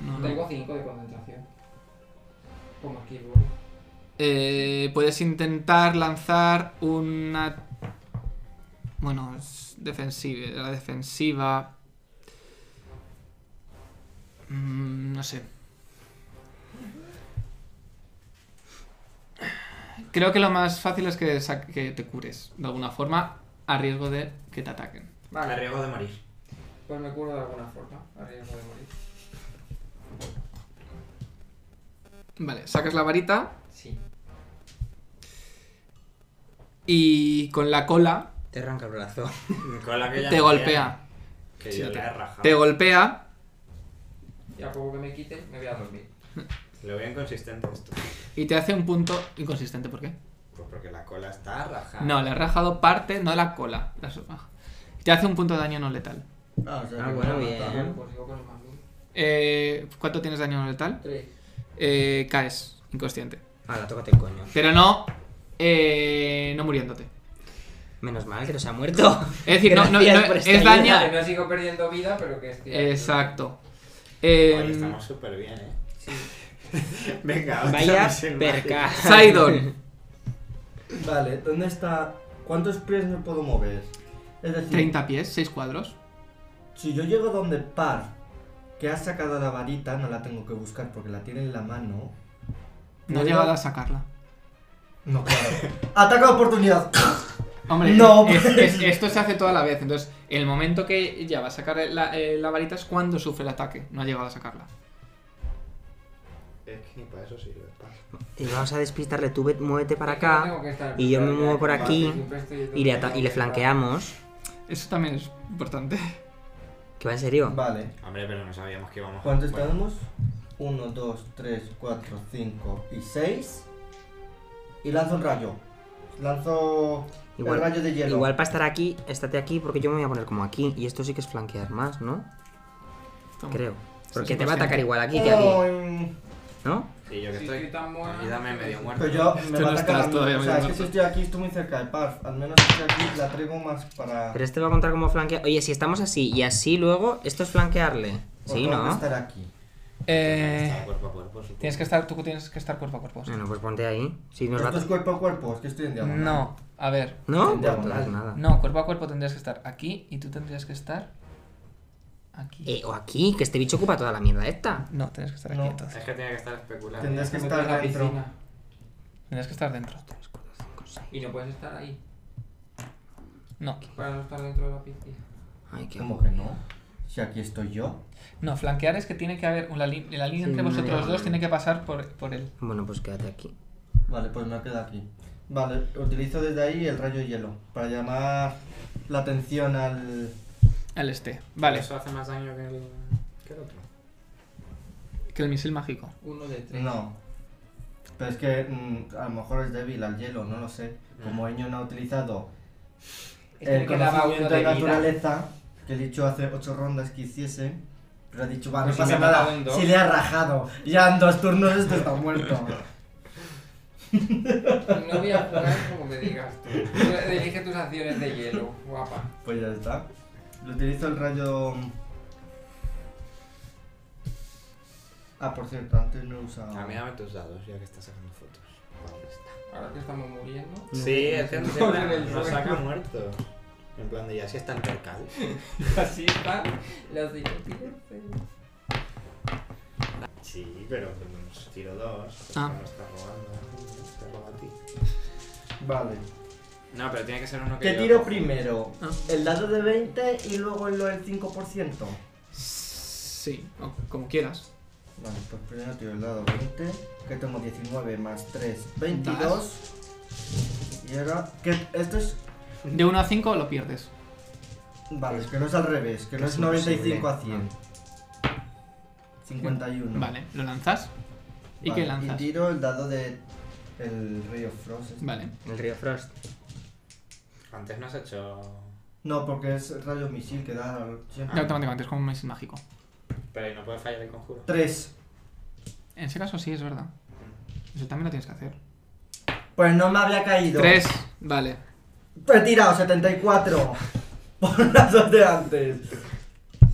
No, no. tengo 5 de concentración. Como aquí, bro. Eh, puedes intentar lanzar una. Bueno, es defensiva. La defensiva. Mm, no sé. Creo que lo más fácil es que, sa- que te cures de alguna forma a riesgo de que te ataquen. Me Vale, riego de morir. pues me curo de alguna forma. A riesgo de morir. Vale, sacas la varita Sí. y con la cola Te arranca el brazo. Con la que ya te me golpea. vea, Que Sí, yo te- la he rajado. Te golpea. Y a poco que me quite, me voy a dormir. Lo veo inconsistente esto. Y te hace un punto inconsistente, ¿por qué? Pues porque la cola está rajada. No, le has rajado parte, no la cola. La sopa. Te hace un punto de daño no letal. Ah, o sea, Ah, que bueno, no, bien. tampoco. Bueno, pues sigo con el más uno. Eh, ¿Cuánto tienes de daño no letal? Tres. Eh, caes, inconsciente. Hala, tócate el coño. Pero no, eh, no muriéndote. Menos mal que no se ha muerto. Es decir, no- no- no- Gracias por esta es daño- ayuda. Que no sigo perdiendo vida, pero que estoy. Exacto. Oye, Eh, estamos súper bien, eh. Venga, otra Vaya misión más. perca. Sidon. Vale, ¿dónde está? ¿Cuántos pies me puedo mover? Es decir, 30 pies, 6 cuadros. si yo llego donde Par, que ha sacado la varita, no la tengo que buscar porque la tiene en la mano. No ha ¿Puedo? llegado a sacarla. No, claro. Ataque de oportunidad. Hombre, No, es- pues. es- esto se hace toda la vez. Entonces, el momento que ya va a sacar la, eh, la varita es cuando sufre el ataque. No ha llegado a sacarla. Es que ni para eso sirve. pa. Y vamos a despistarle, tú ve- muévete para Tengo acá. que estar- y yo me muevo por aquí Siempre estoy- Y le, ata- y le flanqueamos. Eso también es importante. Que va en serio. Vale. Hombre, pero no sabíamos que íbamos ¿Cuántos Bueno, tenemos? 1, 2, 3, 4, 5 y 6. Y lanzo el rayo. Lanzo el rayo de hielo. igual para estar aquí, estate aquí porque yo me voy a poner como aquí. Y esto sí que es flanquear más, ¿no? Toma. Creo. Sí, Porque sí, te va a por atacar siempre. igual aquí que aquí, Ay, ¿no? Y yo que Si estoy. estoy tan pues, buena, a mí dame medio muerto. Pero Pues yo Esto me Este no va a estás atacar a mí. todavía O sea, es que muerto. si estoy aquí, estoy muy cerca de Parf. Al menos si estoy aquí, la traigo más para. Pero este va a contar como flanquear. Oye, si estamos así y así luego, esto es flanquearle. por Sí, tanto, ¿no? estar aquí. Eh, Cuerpo a cuerpo, supongo. tienes que estar, tú tienes que estar cuerpo a cuerpo. sí. Bueno, pues ponte ahí. Si nos va Esto a... es cuerpo a cuerpo, es que estoy en diagonal. No, a ver. ¿No? en diagonal. Entonces, nada. No, cuerpo a cuerpo tendrías que estar aquí y tú tendrías que estar aquí. Eh, o aquí, que este bicho ocupa toda la mierda esta. No, tendrías que estar aquí No. entonces. Es que tiene que estar especulando. Tendrías que Me meto en la estar dentro. piscina. Tendrías que estar dentro. Y no puedes estar ahí. No, Para no estar dentro de la piscina. Ay, qué ¿Cómo que no? Si aquí estoy yo. no, flanquear es que tiene que haber una línea, la línea Sí, entre no, vosotros no, dos no. tiene que pasar por, por él. Bueno, pues quédate aquí. Vale, pues me queda aquí. Vale, utilizo desde ahí el rayo de hielo para llamar la atención al. Al este. Vale, Eso hace más daño que el, que el otro. que el misil mágico. Uno de tres. No. Pero es que mm, a lo mejor es débil al hielo, no lo sé. Como Ah. Eño no ha utilizado Es que el me quedaba uno conocimiento de, de vida. naturaleza, que he dicho hace ocho rondas que hiciese, pero ha dicho, va, no Pues si pasa me ha nada, dado un dos. si le ha rajado, ya en dos turnos esto está muerto. No voy a jugar como me digas tú. Tú Elige tus acciones de hielo, guapa. Pues ya está. Lo utilizo el rayo... Ah, por cierto, antes no he usado... Ah, A mí dame tus dados, ya que estás sacando fotos. Vale, está. Ahora que estamos muriendo. Sí, es que no, no, no, no. lo saca muerto. En plan de ya si está en percal. Así están las inútiles. Sí, pero nos tiro dos. Ah. No está robando. Te roba a ti. Vale. No, pero tiene que ser uno que. ¿Qué yo tiro cojo. primero? Ah. ¿El dado de 20 y luego el el 5%? Sí, o como quieras. Vale, pues primero tiro el dado 20, que tengo 19 más 3, 22. Y ahora, que esto es. De 1 a 5 lo pierdes. Vale, que no es al revés, que no Es es 95 a imposible. 100. 51. Ah. Vale, lo lanzas. ¿Y Vale, qué lanzas? Y tiro el dado de. El Ray of Frost. este. Vale. El río Frost. Antes no has hecho. No, porque es rayo misil que da. Ah. Ya automáticamente, es como un misil mágico. Pero ahí no puede fallar el conjuro. 3. En ese caso sí, es verdad. Eso también lo tienes que hacer. Pues no me había caído. 3, vale. He tirado 74. Por las dos de antes.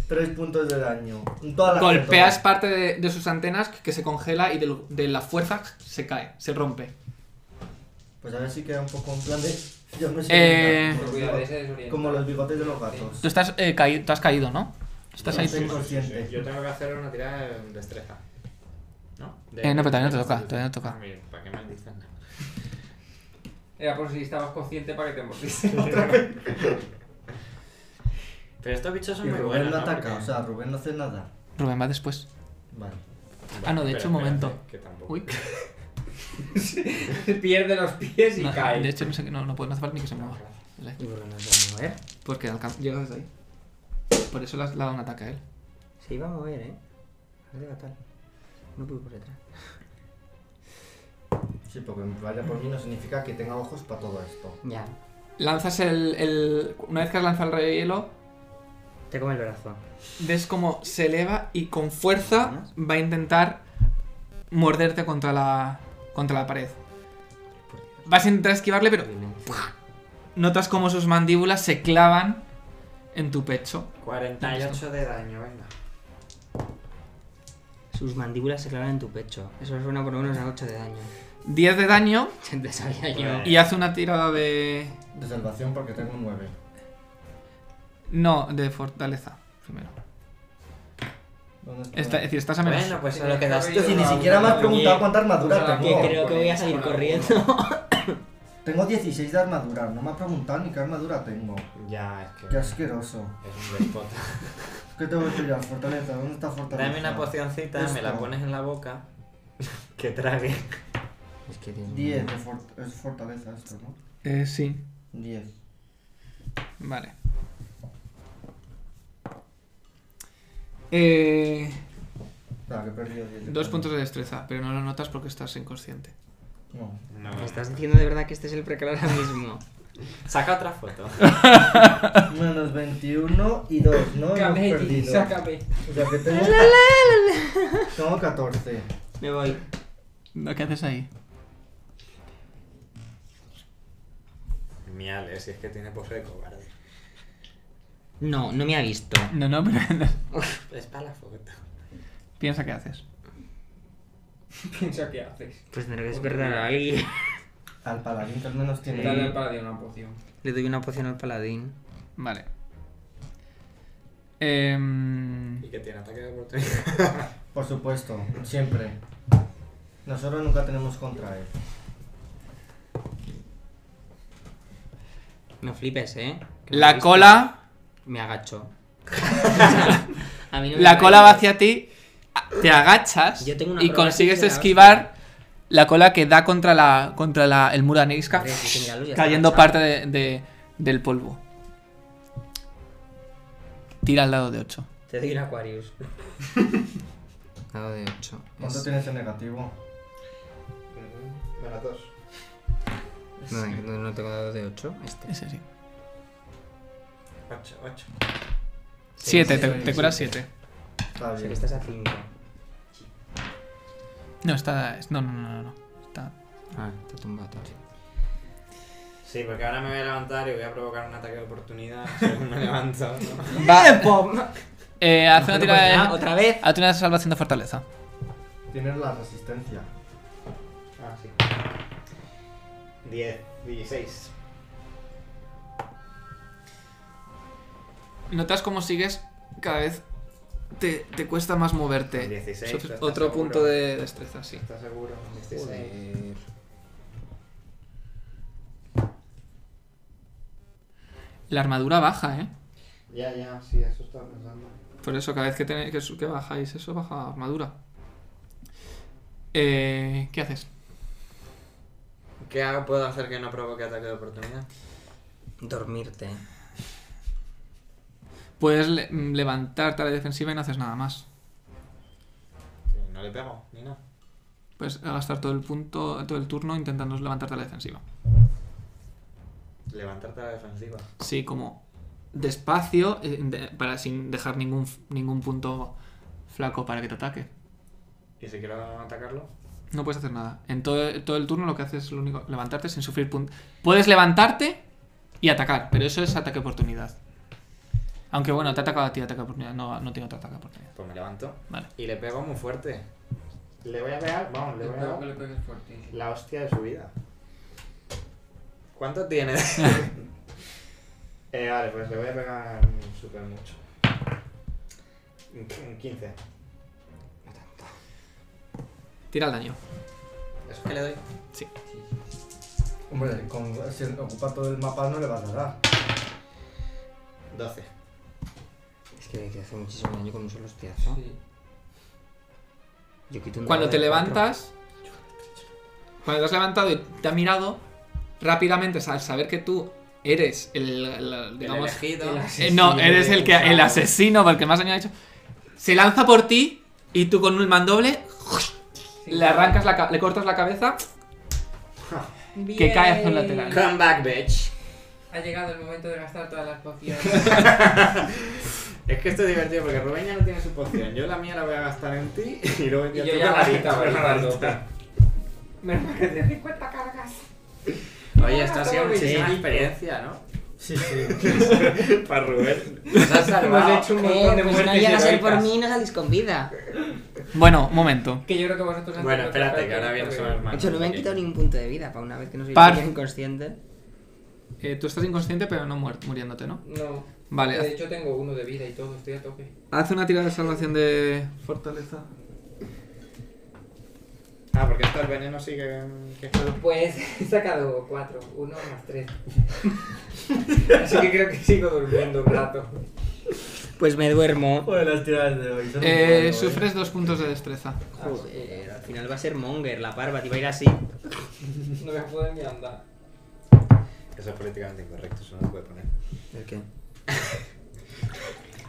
3 puntos de daño. En toda la Golpeas parte de, de sus antenas que se congela y del- de, la fuerza se cae, se rompe. Pues a ver si queda un poco en plan de. Yo me Eh. como los Cuidado, ese bigotes- desorienta. Como los bigotes de los gatos. Tú estás eh, caí- tú has caído, ¿no? Estás No, ahí. estoy inconsciente. Yo tengo que hacer una tirada de destreza. ¿No? De- Eh, no, pero todavía no te toca, todavía no te toca. Ah, bien, ¿para qué maldicen? Era por si estabas consciente para que te mordiese. Pero estos bichos son Y muy Rubén buenos. no ¿no? ataca, Porque- o sea, Rubén no hace nada. Rubén va después. Vale. Ah, no, de Espera, hecho, un espérate, momento. que tampoco. Uy. Pierde los pies y No, cae. de hecho, no, sé, qué- no, no puede, no hace falta ni que se mueva. ¿Y por qué pues no se va a mover? Porque alcan- llega desde ahí. Por eso le has le ha dado un ataque a él. Se iba a mover, ¿eh? Ahora te va tal. No pude por detrás. Sí, porque vaya por mí no significa que tenga ojos para todo esto. Ya. Lanzas el, el- Una vez que has lanzado el rayo de hielo, Te come el brazo. ves como se eleva y con fuerza va a intentar morderte contra la, contra la pared. Vas a intentar esquivarle, pero notas como sus mandíbulas se clavan en tu pecho. 48 de daño, venga. Sus mandíbulas se clavan en tu pecho. Eso suena por lo menos a 8 de daño. 10 de daño Te sabía Bueno. yo. y hace una tirada de... De salvación porque tengo un 9. No, de fortaleza. Primero. ¿Dónde está? Esta- es decir, estás Bueno, amenazado. pues solo quedas tú. Tío, si ni siquiera me has preguntado Oye, cuánta armadura Que tengo. creo que voy a salir corriendo. Tengo 16 de armadura, no me has preguntado ni qué armadura tengo. Ya, es que. Qué asqueroso. Es un despota. ¿Qué tengo que tirar? Fortaleza, ¿dónde está fortaleza? Dame una pocioncita, me la Esto. pones en la boca. Que trague. Es que Dios mío. 10 de for- es fortaleza esto, ¿no? Eh, sí. 10. Vale. Eh, Claro, Ah, que he perdido 10. de dos daño. puntos de destreza, pero no lo notas porque estás inconsciente. No. No, ¿Me bueno. estás diciendo de verdad que este es el precal ahora mismo? Saca otra foto. Menos 21 y 2, ¿no? Hemos Camelli, perdido. sácame. O sea que tengo. tengo 14. Me voy. ¿Qué haces ahí? Miale, si es que tiene pose de cobarde. No, no me ha visto. No, no, pero Es para la foto. piensa qué haces. Piensa qué haces. Pues tendré que despertar a alguien. Al paladín que al menos tiene. Dale al paladín una poción. Le doy una poción al paladín. Vale. Em, Y que tiene ataque de oportunidad. Por supuesto, siempre. Nosotros nunca tenemos contra él. No flipes, ¿eh? Que me ha la visto. cola, Me agacho. A mí no me la cola va parece. hacia ti, a- te agachas Yo tengo una y acrobacia consigues de ¿eh? la esquivar la cola que da contra la contra la, el muro de arenisca, Hombre, sí, sí, míralo, ya está cayendo agachado. parte de- de- del polvo. Tira al lado de 8. Te doy un Aquarius. Dado de 8. ¿Cuánto tienes en negativo? Bueno, dos. No, no, no tengo dado de 8. Este. Ese sí. Ocho, ocho. 7, sí, te, sí, te sí. curas 7. Está O sea que bien. estás a 5. No, está. es- No, no, no, no, no. Está. Ah, te tumbado todo. Sí, porque ahora me voy a levantar y voy a provocar un ataque de oportunidad según me levanto. ¿no? Eh, haz una Bueno, tirada pues nada, de. otra vez. Haz una salvación de fortaleza. Tienes la resistencia. Ah, sí. 10, 16. Notas cómo sigues cada vez. Te, te cuesta más moverte. 16, Eso es ¿tú estás otro seguro? punto de destreza, sí. ¿Estás seguro? 16. La armadura baja, ¿eh? Ya, ya, sí, eso estaba pensando. Por eso, cada vez que, tenéis, que, su- que bajáis eso, baja armadura. Eh, ¿Qué haces? ¿Qué hago- puedo hacer que no provoque ataque de oportunidad? Dormirte. Puedes le- mm, levantarte a la defensiva y no haces nada más. Y Eh, No le pego, ni nada. Puedes gastar todo el punto, todo el turno intentando levantarte a la defensiva. Levantarte a la defensiva. Sí, como despacio, eh, de- para sin dejar ningún, f- ningún punto flaco para que te ataque. ¿Y si quiero atacarlo? No puedes hacer nada. En todo, todo el turno lo que haces es lo único, levantarte sin sufrir puntos. Puedes levantarte y atacar, pero eso es ataque oportunidad. Aunque bueno, te ha atacado a ti, ataque oportunidad. No, no tiene otro ataque oportunidad. Pues me levanto. Vale. Y le pego muy fuerte. Le voy a pegar, vamos, le voy a Espero que le dar pegues fuertísimo. la hostia de su vida. ¿Cuánto tiene? eh, vale, pues le voy a pegar súper mucho. Un 15. Tira el daño. ¿Eso que le doy? Hombre, con- si ocupa todo el mapa no le vas a dar. 12. Es que, que hace muchísimo daño con un solo hostiazo. Sí. Yo quito un Cuando dado te de cuatro. levantas, cuando te has levantado y te ha mirado, rápidamente, al saber que tú eres el, la- digamos, elegido. el Eh, no, eres el que el asesino, porque más daño ha hecho. Se lanza por ti y tú con un mandoble Sí, le arrancas la ca- le cortas la cabeza que cae hacia un lateral. Come back, bitch. Ha llegado el momento de gastar todas las pociones. Es que esto es divertido porque Rubén ya no tiene su poción. Yo la mía la voy a gastar en ti y luego y yo tú con ya la varita, quitaba. con la varita. Menos mal que te 50 cargas. Oye, esto ha sido Sí. muchísima experiencia, ¿no? Sí, sí. Para Rubén. Nos has Pues salvado. un Eh, montón de Pues no muertes llegas a ir por heroicas. mí y no salís con vida. Bueno, un momento. Que yo creo que vosotros Bueno, espérate, que ahora viene su sobre hermano. De hecho, no me han quitado ningún punto de vida para una vez que no soy Par. tan inconsciente. Eh, tú estás inconsciente pero no muer- muriéndote, ¿no? No. Vale. De hecho, tengo uno de vida y todo, estoy a tope. Haz una tirada de salvación de fortaleza. Ah, porque esto el veneno sí que... que- Pues he sacado cuatro, uno más tres. Así que creo que sigo durmiendo un rato. Pues me duermo. Joder, las tiradas de hoy. son un Eh, rollo, sufres dos puntos de destreza. Joder, al final va a ser Monger, la parva, te va a ir así. No me puedo ni andar. Eso es políticamente incorrecto, eso no lo puede poner. ¿El qué?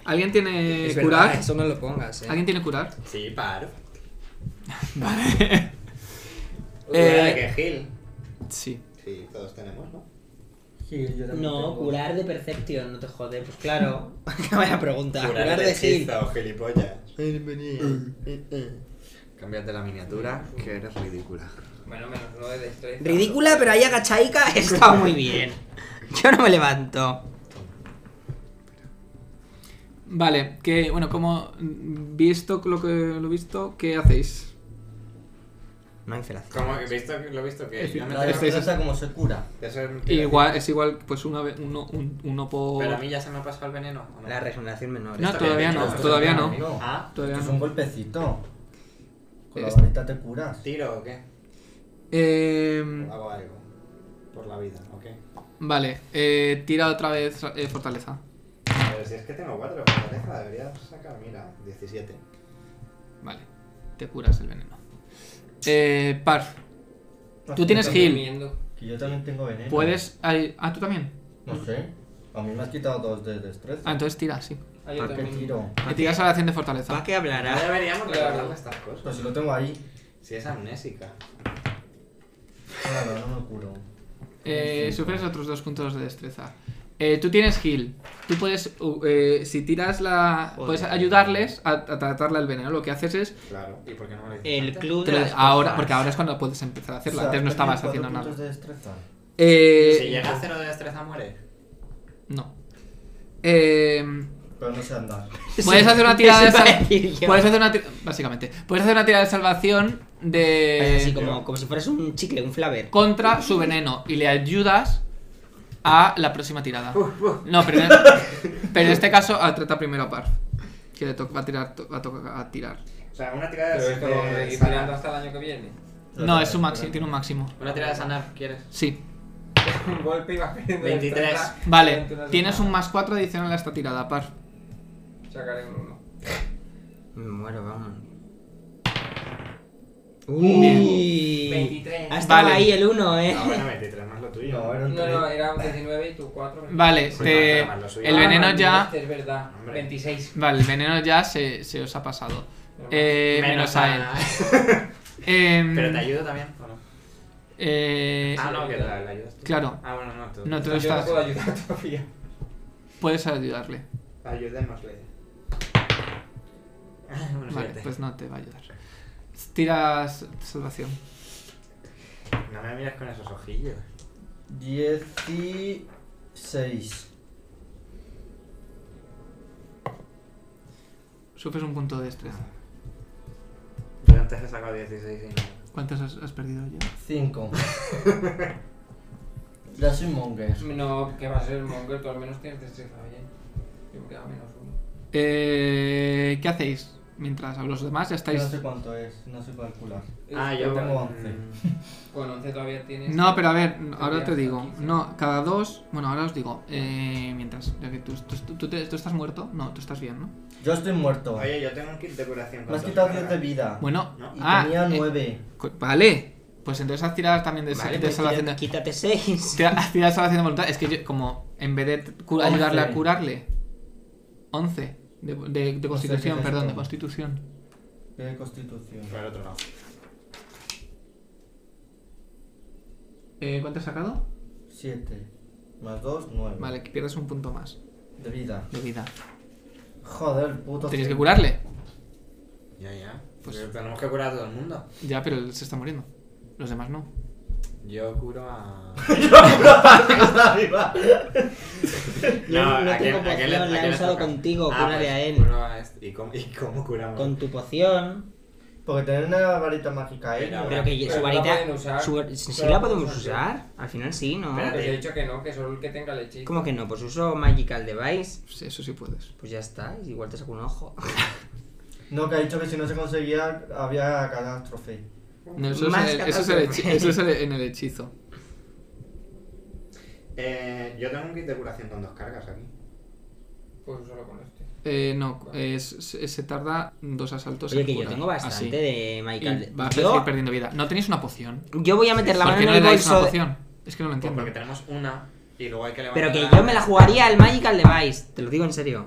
¿Alguien tiene Es verdad, curar? Eso no lo pongas, eh. ¿Alguien tiene curar? Sí, par. Vale. Cuidado eh, que Gil. sí. Sí, todos tenemos, ¿no? Sí, yo también No, tengo. curar de percepción, no te jode. Pues claro. Vaya pregunta. Ah, Curar, Curar, de de Gil. hechizo, gilipollas. Mm. Eh, Cámbiate la miniatura, que eres ridícula. Bueno, menos uno de destreza. Ridícula, pero ahí agachaica está muy bien. Yo no me levanto. Vale, que bueno, como mm, visto lo que lo visto, ¿qué hacéis? No hay felación. ¿Cómo? que visto, que- ¿Lo he visto que Es yo me La de Estáis- Frosa como se cura. Eso es mentira. Igual, es igual, pues una vez, uno, un- uno por. Pero a mí ya se me ha pasado el veneno. ¿o no? La regeneración menor. No, está todavía bien. no, Esto todavía es no. un amigo. Ah, Todavía Esto es no. un golpecito. Con la Es- varita te curas. ¿tiro o qué? Eh, Hago algo. Por la vida, ¿ok? vale, eh, tira otra vez eh, fortaleza. Pero si es que tengo cuatro fortaleza, debería sacar, mira, 17. Vale, te curas el veneno. Eh, par, Tú tienes Estoy Gil. durmiendo. Que yo también tengo veneno. puedes. ay, Ah, tú también. No sé. A mí me has quitado dos de destreza. Ah, entonces tira, sí. Ah, yo ¿Qué también. tiro? Que tiras a la acción de fortaleza. ¿Para qué Ah, Ya hablará? deberíamos Claro. recordarle estas cosas. Pues si lo tengo ahí. Si es amnésica. Claro, no me lo curo. Eh, sufres otros dos puntos de destreza. Eh, tú tienes heal. Tú puedes, uh, eh, si tiras la. Puedes ayudarles a, a tratarla el veneno. Lo que haces es. Claro. ¿Y por qué no me lo dices? El antes? club te de lo- las ahora, copas. porque ahora es cuando puedes empezar a hacerlo. O sea, Antes no he perdido estabas cuatro haciendo nada. puntos de destreza. Eh, Si llega a cero de destreza, muere. No. Eh, Pero no sé andar. puedes hacer una tirada de Eso iba a sal- decir yo. Puedes hacer una ti- Básicamente. Puedes hacer una tirada de salvación de. Así como, como si fueras un chicle, un flaver. Contra su veneno. Y le ayudas a la próxima tirada. No, pero, en- pero en este caso a trata primero a Parf. Que le to- va a tirar. to- Va a, to- a tirar. O sea, una tirada Pero de, esto vamos a de seguir sanar. tirando hasta el año que viene. No, es un máximo. Tiene un máximo. Una tirada de sanar, ¿quieres? Sí. un golpe y vas perdiendo 23. destreza. Vale, Aventuras de tienes nada. un más 4 adicional a esta tirada, par. Sacaré un 1. Me muero, vamos. Uy. 23. Ha estado Vale. Ah, ahí el 1, eh. No, Ah, bueno, 23 más lo tuyo. No, era un No, tres. no, era un 19 y tú 4. Vale, Sí, te- no, lo suyo. el Ah, veneno ya. este Es verdad, Hombre. 26. Vale, el veneno ya se, se os ha pasado. Eh, menos a él. Em, Pero te ayudo también, ¿o no? eh, Ah, no, que la, la ayudas tú. Claro. Ah, bueno, no, tú. No, tú Yo no estás. puedo ayudar todavía. Puedes ayudarle. Ayudémosle. Ah, Bueno, Vale, siete. pues no te va a ayudar. Tiras salvación. No me miras con esos ojillos. 16. Sufres un punto de destreza. Yo antes he sacado 16 y no. ¿Cuántos has, has perdido ya? 5. ya soy monger. Mm, No, que va a ser Monger, tú al menos tienes destreza, oye. Yo me queda menos uno. Eh, ¿Qué hacéis? Mientras a los demás ya estáis. No sé cuánto es, no sé calcular. Ah, Es- yo tengo mm, once. Con 11 todavía tienes. No, pero a ver, ahora Tendrías te digo. aquí, sí. No, cada dos. Bueno, ahora os digo. Eh, mientras. Ya que tú, tú- tú te- tú estás muerto. No, tú estás bien, ¿no? Yo estoy muerto. Oye, yo tengo un kit de curación. con Me has dos quitado 10 cargas. de vida. Bueno, No. y ah, tenía eh, 9. co- vale. Pues entonces has tirado también de, sa- Vale, de pues salvación tira- de. quítate 6. tira- has tirado salvación de voluntad. Es que yo, como en vez de cu- Once. ayudarle a curarle, 11 de, de- de constitución, qué es perdón, de esto. constitución. ¿Qué constitución? Pero el otro no. Eh, ¿Cuánto has sacado? 7. Más 2, 9. Vale, que pierdes un punto más De vida. de vida. Joder, puto. Tenéis que cien. curarle. Ya, ya. Pues- Pero tenemos que curar a todo el mundo. Ya, pero él se está muriendo. Los demás no. Yo curo a. Arriba. Yo no ¿a quién- a tengo quién poción, le- la a quién he le usado toca? contigo, Ah, cúrale pues, a él. curo a este. ¿Y cómo, y cómo curamos? Con tu poción. Porque tener una varita mágica ¿eh? Pero- Pero que Pero su no varita. la pueden usar. su- si Pero la no podemos pueden usar. Al final sí, ¿no? Espera. Pero te Pues he dicho que no, que solo el que tenga el hechizo. ¿Cómo que no? Pues uso Magical Device. Sí, eso sí puedes. Pues ya está, igual te saco un ojo. No, que ha dicho que si no se conseguía había catástrofe. No, eso, Más es en el, eso es el hechi- catástrofe. eso es el- en el hechizo. Eh, yo tengo un kit de curación con dos cargas aquí. Pues solo con este. Eh, no, es- se, se tarda dos asaltos Oye, en que yo curar, tengo bastante así. de Ah, Magical Y vas Device. a seguir Yo, perdiendo vida. ¿No tenéis una poción? yo voy a meter la ¿Por mano qué en no le el dais una bolso. de- poción? Es que no lo Pues entiendo. porque tenemos una y luego hay que levantar. Pero que yo me la jugaría al Magical Device. Te lo digo en serio.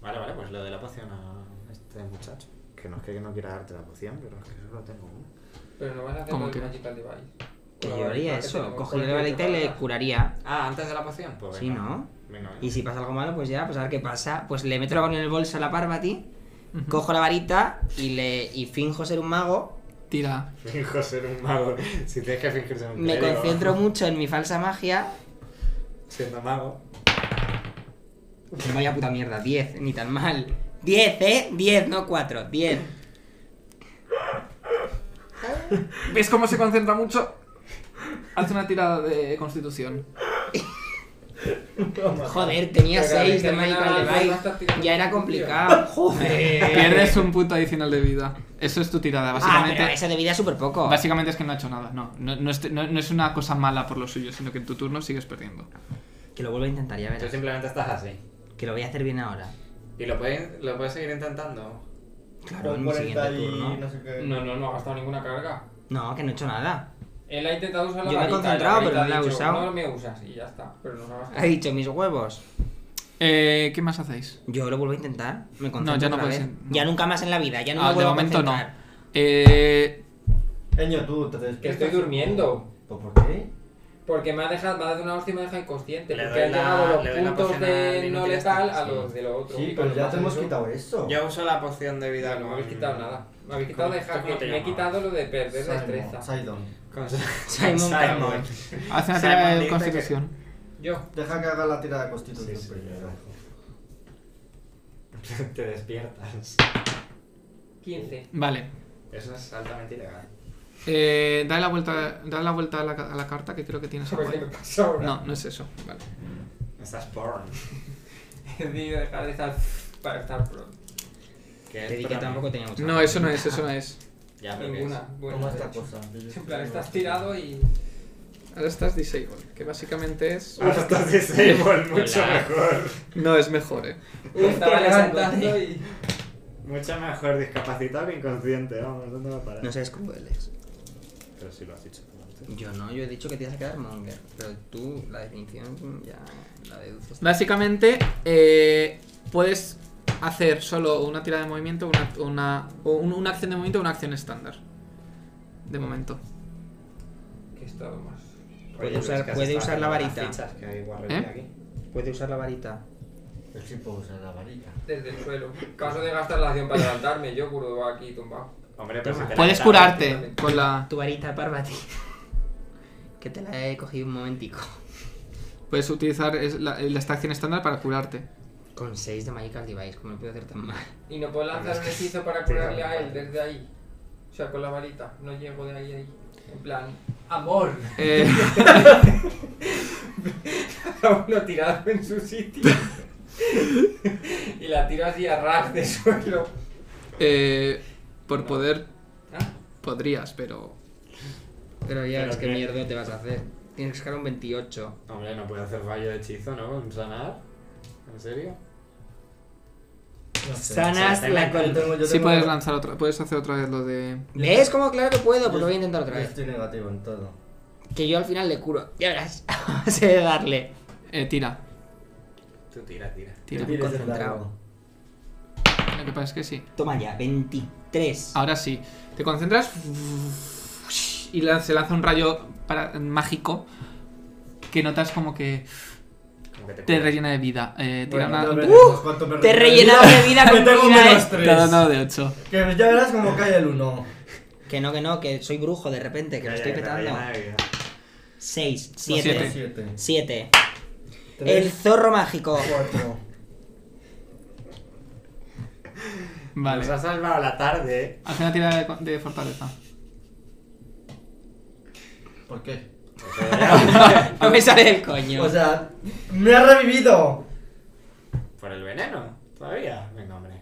Vale, vale, pues le doy la poción a este muchacho. Que no es que no quiera darte la poción, pero es que solo tengo una. Pero no vas a hacer ¿Cómo con el que? Magical Device. Que Con la yo haría varita que eso. tenemos, Cogería la con el varita que y te le vas a- curaría. Ah, antes de la poción, pues Sí, venga. ¿no? Venga, venga. Y si pasa algo malo, pues ya, pues a ver qué pasa. Pues le meto la mano en el bolso a la Parvati. Ujú. Cojo la varita y le y finjo ser un mago. Tira. Finjo ser un mago. Si tienes que fingir ser un Me clérigo, concentro mucho en mi falsa magia. Siendo mago. Que Pues vaya puta mierda, 10, ni tan mal. 10, ¿eh? 10, no 4, 10. ¿Ves cómo se concentra mucho? Haz una tirada de constitución. Joder, tenía Pero cada 6 vez de que Magical me la lanzas, estás Device. tirando Ya era un complicado. Joder. Pierdes un punto adicional de vida. Eso es tu tirada, Eh, Ah, básicamente. pero eso de vida es súper poco. Básicamente es que no ha hecho nada. No, no, no es, no- no es una cosa mala por lo suyo, sino que en tu turno sigues perdiendo. Que lo vuelvo a intentar, ya Tú verás. simplemente estás así. Que lo voy a hacer bien ahora. Y lo puedes, lo puedes seguir intentando. Claro, Con en mi 40 siguiente y no turno. sé qué. No, no, no ha gastado ninguna carga. No, que no he hecho nada. Él ha intentado usar la Yo me he varita. y concentrado, pero varita no la ha he dicho, usado. No me usas y ya está. Pero no se ha gastado. He dicho mis huevos. Eh, ¿Qué más hacéis? Yo lo vuelvo a intentar. Me concentro. No, ya no otra puedes vez. in- no. Ya nunca más en la vida. Ya Eh, no Ah, me de vuelvo a momento no. concentrar. Eh, Eño, tú, te despiertas. Que estoy durmiendo. ¿Pues por qué? Porque me ha dejado, me ha dado una hostia y me deja inconsciente. Le porque doy han la- llegado le los doy la puntos poción de al no inútil este, letal a sí. los de lo otro. Sí, Y pero cuando ya te pasa hemos eso, quitado eso. Yo uso la poción de vida. No con- me habéis quitado nada. Me habéis quitado ¿Cómo- dejar cómo te que me he llamabas? quitado lo de perder Simon, destreza. Sidon. Con Simon Simon. haz una Simon tirada de dice constitución. Yo. Deja que haga la tirada de constitución Sí, sí, primero. que- Te despiertas. 15. Vale. Eso es altamente ilegal. Eh, dale la vuelta, dale la vuelta a, la, ca- a la carta que creo que tienes ¿Sabes algo qué ahí. me pasa ahora? No, no es eso. Vale. Estás porn. Digo, dejar de estar para estar pro. Que es Te dije que porn. tampoco tenía mucho. No, eso no es, eso no es. Ya, pero que Ninguna. ¿Cómo Bueno, esta cosa? en plan, estás tirado y. Ahora estás disabled, que básicamente es... Ah, Ahora estás disabled, mucho Hola. mejor. No es mejor, eh. Me estaba levantando y. Mucho mejor discapacitado que inconsciente, vamos, ¿dónde va a parar? No sabes cómo eres. Pero si lo has dicho tú antes. Yo no, yo he dicho que te ibas a quedar monger. Pero tú, la definición, ya la deduces. Básicamente, eh, puedes hacer solo una tirada de movimiento, una, una, o un- una acción de movimiento, una acción estándar. De momento. Que estaba más. Puede Oye, usar- es que has puede estado usar la viendo las varita. fichas que hay guarrería ¿Eh? aquí. Puede usar la varita. Yo sí puedo usar la varilla. Desde el suelo. Caso de gastar la acción para levantarme, yo curvo aquí tumbado. Hombre, pero si te Puedes levantas- curarte con la... Tu varita, Parvati. Que te la he cogido un momentico. Puedes utilizar es- la- esta acción estándar para curarte. Con 6 de Magical Device, ¿cómo lo puedo hacer tan mal? Y no puedo lanzar un hechizo para curarle a él desde ahí. O sea, con la varita. No llego de ahí a ahí. En plan, amor. Eh, Cada uno tirado en su sitio. y la tiro así a ras de suelo. eh, por poder Ah, podrías, pero... Pero ya, Pero es que qué. mierda te vas a hacer. Tienes que sacar un 28. Hombre, no puede hacer fallo de hechizo, ¿no? Con sanar. ¿En serio? No sé. Sanas Yo la tengo- yo col... tengo- Sí puedes lanzar otra... Puedes hacer otra vez lo de... ¿Ves cómo claro que puedo? Pues yo- lo voy a intentar otra yo vez. Estoy negativo en todo. Que yo al final le curo. Ya verás. Sé darle. Eh, tira, Tú tira, tira. tira. Tires el concentrado. dardo. Lo que pasa es que sí. Toma ya, 23. Ahora sí, te concentras y lan- se lanza un rayo para- mágico que notas como que Como que te, te cura. rellena de vida. Eh, tira Bueno, una- ya un- veremos cuánto me Uh, Te he regenera. rellenado de vida Que con tengo comida, menos eh. te ha dado tres. de 8. Que ya verás cómo cae el uno. Que no, que no, que soy brujo de repente, que Ya, lo ya, estoy que te petando. rellena de vida. 6, Siete. 7, Siete. 7. El Tres. zorro mágico. Cuatro. Nos Vale. ha salvado la tarde, ¿eh? Haz una tirada de, co- de fortaleza. ¿Por qué? No me sale del coño. O sea, me ha revivido. Por el veneno, todavía. Venga, hombre.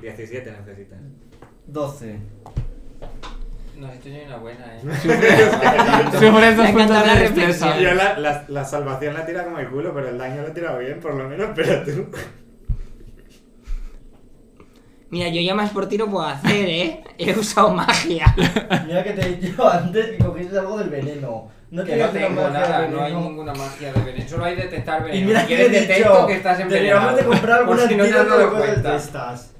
17 necesitas. 12. no has hecho ni una buena, eh. Sufres dos Me ha puntos encantado de la destreza. Yo la, la, la salvación la tira como el culo, pero el daño lo he tirado bien, por lo menos, pero tú. Mira, yo ya más por ti no puedo hacer, ¿eh? He usado magia. Mira que te he dicho antes que cogiste algo del veneno. No Que no hacer tengo magia nada, del no hay veneno. ninguna magia de veneno. Solo hay detectar veneno. Y mira Si que quieres le he detecto dicho. que estás envenenado. Deberíamos de comprar Por alguna si no te tira has de dado cosas de cuenta. estas.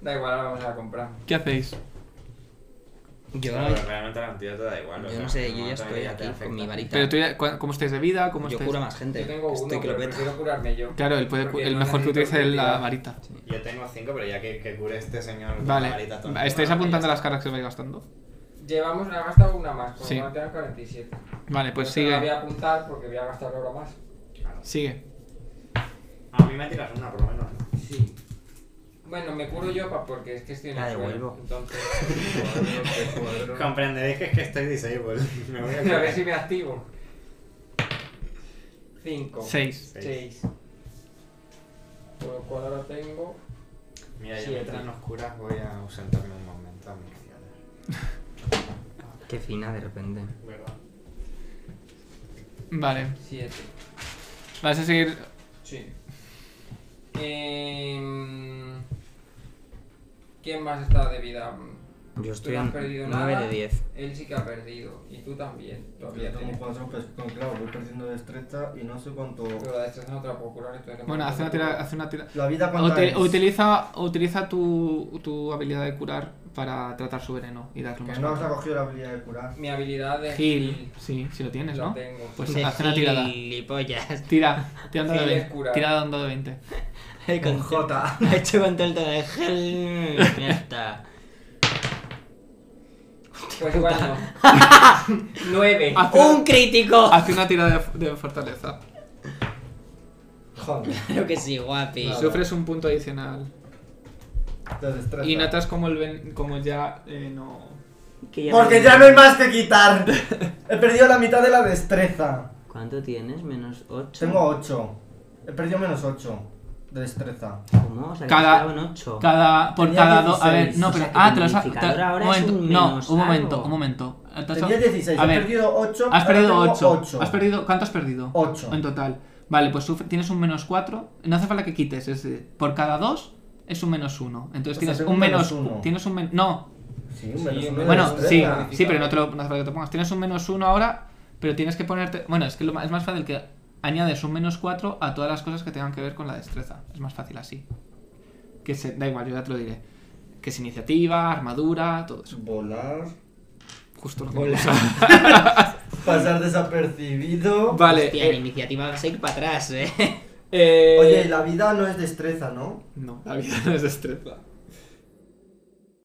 Da igual, ahora vamos a la comprar. ¿Qué hacéis? Yo, No, pero realmente la mentira te da igual. o yo sea, no sé, en el yo ya momento en el estoy que te aquí con afecta. mi varita. Pero tú ya- cu- ¿Cómo estáis de vida? ¿Cómo yo estáis? curo a más gente. Yo tengo Este uno, Estoy que pero lo peta. prefiero curarme yo. Claro, el, puede, cu- Porque el no mejor que necesito utiliza es la tirar. varita. Yo tengo 5, pero ya que, que cure este señor. con la Vale. varita tonta, ¿Estáis bueno, apuntando ya las cargas que os vais gastando? Llevamos, ha gastado una más, porque Sí. sí. van a tener 47. Vale, pues Entonces La voy sigue. a apuntar porque voy a gastar ahora más. Sigue. está. A mí me tiras una, por lo menos. ¿no? Sí. Bueno, me curo yo pa- porque es que estoy en La el suelo, devuelvo. Entonces, Comprenderéis que es que estoy disabled. Me voy a a ver curar. si me activo. Oh. 5. 6. Seis. 6. Por lo cual ahora tengo. Mira, yo Siete. mientras nos curas voy a ausentarme un momento a mi ciudad. Qué fina de repente. ¿Verdad? Vale. 7. Vas a seguir. Sí. Em, ¿Quién más está de vida? Yo estoy no has en perdido 9 de nada. 10. Él sí que ha perdido. Y tú también. Todavía Yo tengo tienes. cuatro, pues con- claro, voy perdiendo destreza y no sé cuánto. Pero la destreza no te la puedo curar. entonces no Bueno, puedo haz una curar. tirada. Haz una tira- La vida cuánta Uti- es. utiliza utiliza tu, tu habilidad de curar para tratar su veneno y darle Que más. no os ha valor. cogido la habilidad de curar. Mi habilidad de Heal, sí, si lo tienes, Lo ¿no? tengo. Pues De haz una tirada. gilipollas. Tira, tira un dado de Heal es 20. curar. Tira un dado de 20. Con J. Lo he hecho con todo el tono de gel. Ya está. Pues igual no. 9. Haz una, ¡Un crítico! haz una tirada de, de fortaleza. Joder. Claro que sí, guapi. Vale. Sufres un punto adicional. De destreza. Y notas como, el ven- como ya eh, no. Que ya Porque me- ya no hay más que quitar. He perdido la mitad de la destreza. ¿Cuánto tienes? Menos 8. Tengo 8. He perdido menos 8 de destreza. ¿Cómo? O sea, Cada- cada... en 8. Cada. Por Tenía cada dos. A ver, 16, no, o pero. sea que Ah, tu te los ha. modificador te- ahora un es momento, un no, menos un momento, algo. un momento. Te has- Tenía 16, A he ver, perdido 8. Has perdido 8. Has perdido, ¿Cuánto has perdido? 8. En total. Vale, pues sufre- tienes un menos 4. No hace falta que quites. Es, eh, por cada 2 es un menos 1. Entonces O sea, tienes tengo un un menos. menos uno. Tienes un men- No. Sí, un menos Sí, uno de Bueno, destreza. sí, estrella. sí, pero no, te lo, no hace falta que te pongas. Tienes un menos 1 ahora, pero tienes que ponerte. Bueno, es que lo ma- es más fácil que añades un menos 4 a todas las cosas que tengan que ver con la destreza. Es más fácil así. Que se, da igual, yo ya te lo diré. Que es iniciativa, armadura, todo eso. Volar. Justo lo que Hola. Pasar desapercibido. Vale, Hostia, la eh, iniciativa va a ir para atrás, eh. eh, Oye, y la vida no es destreza, ¿no? No, la vida no es destreza.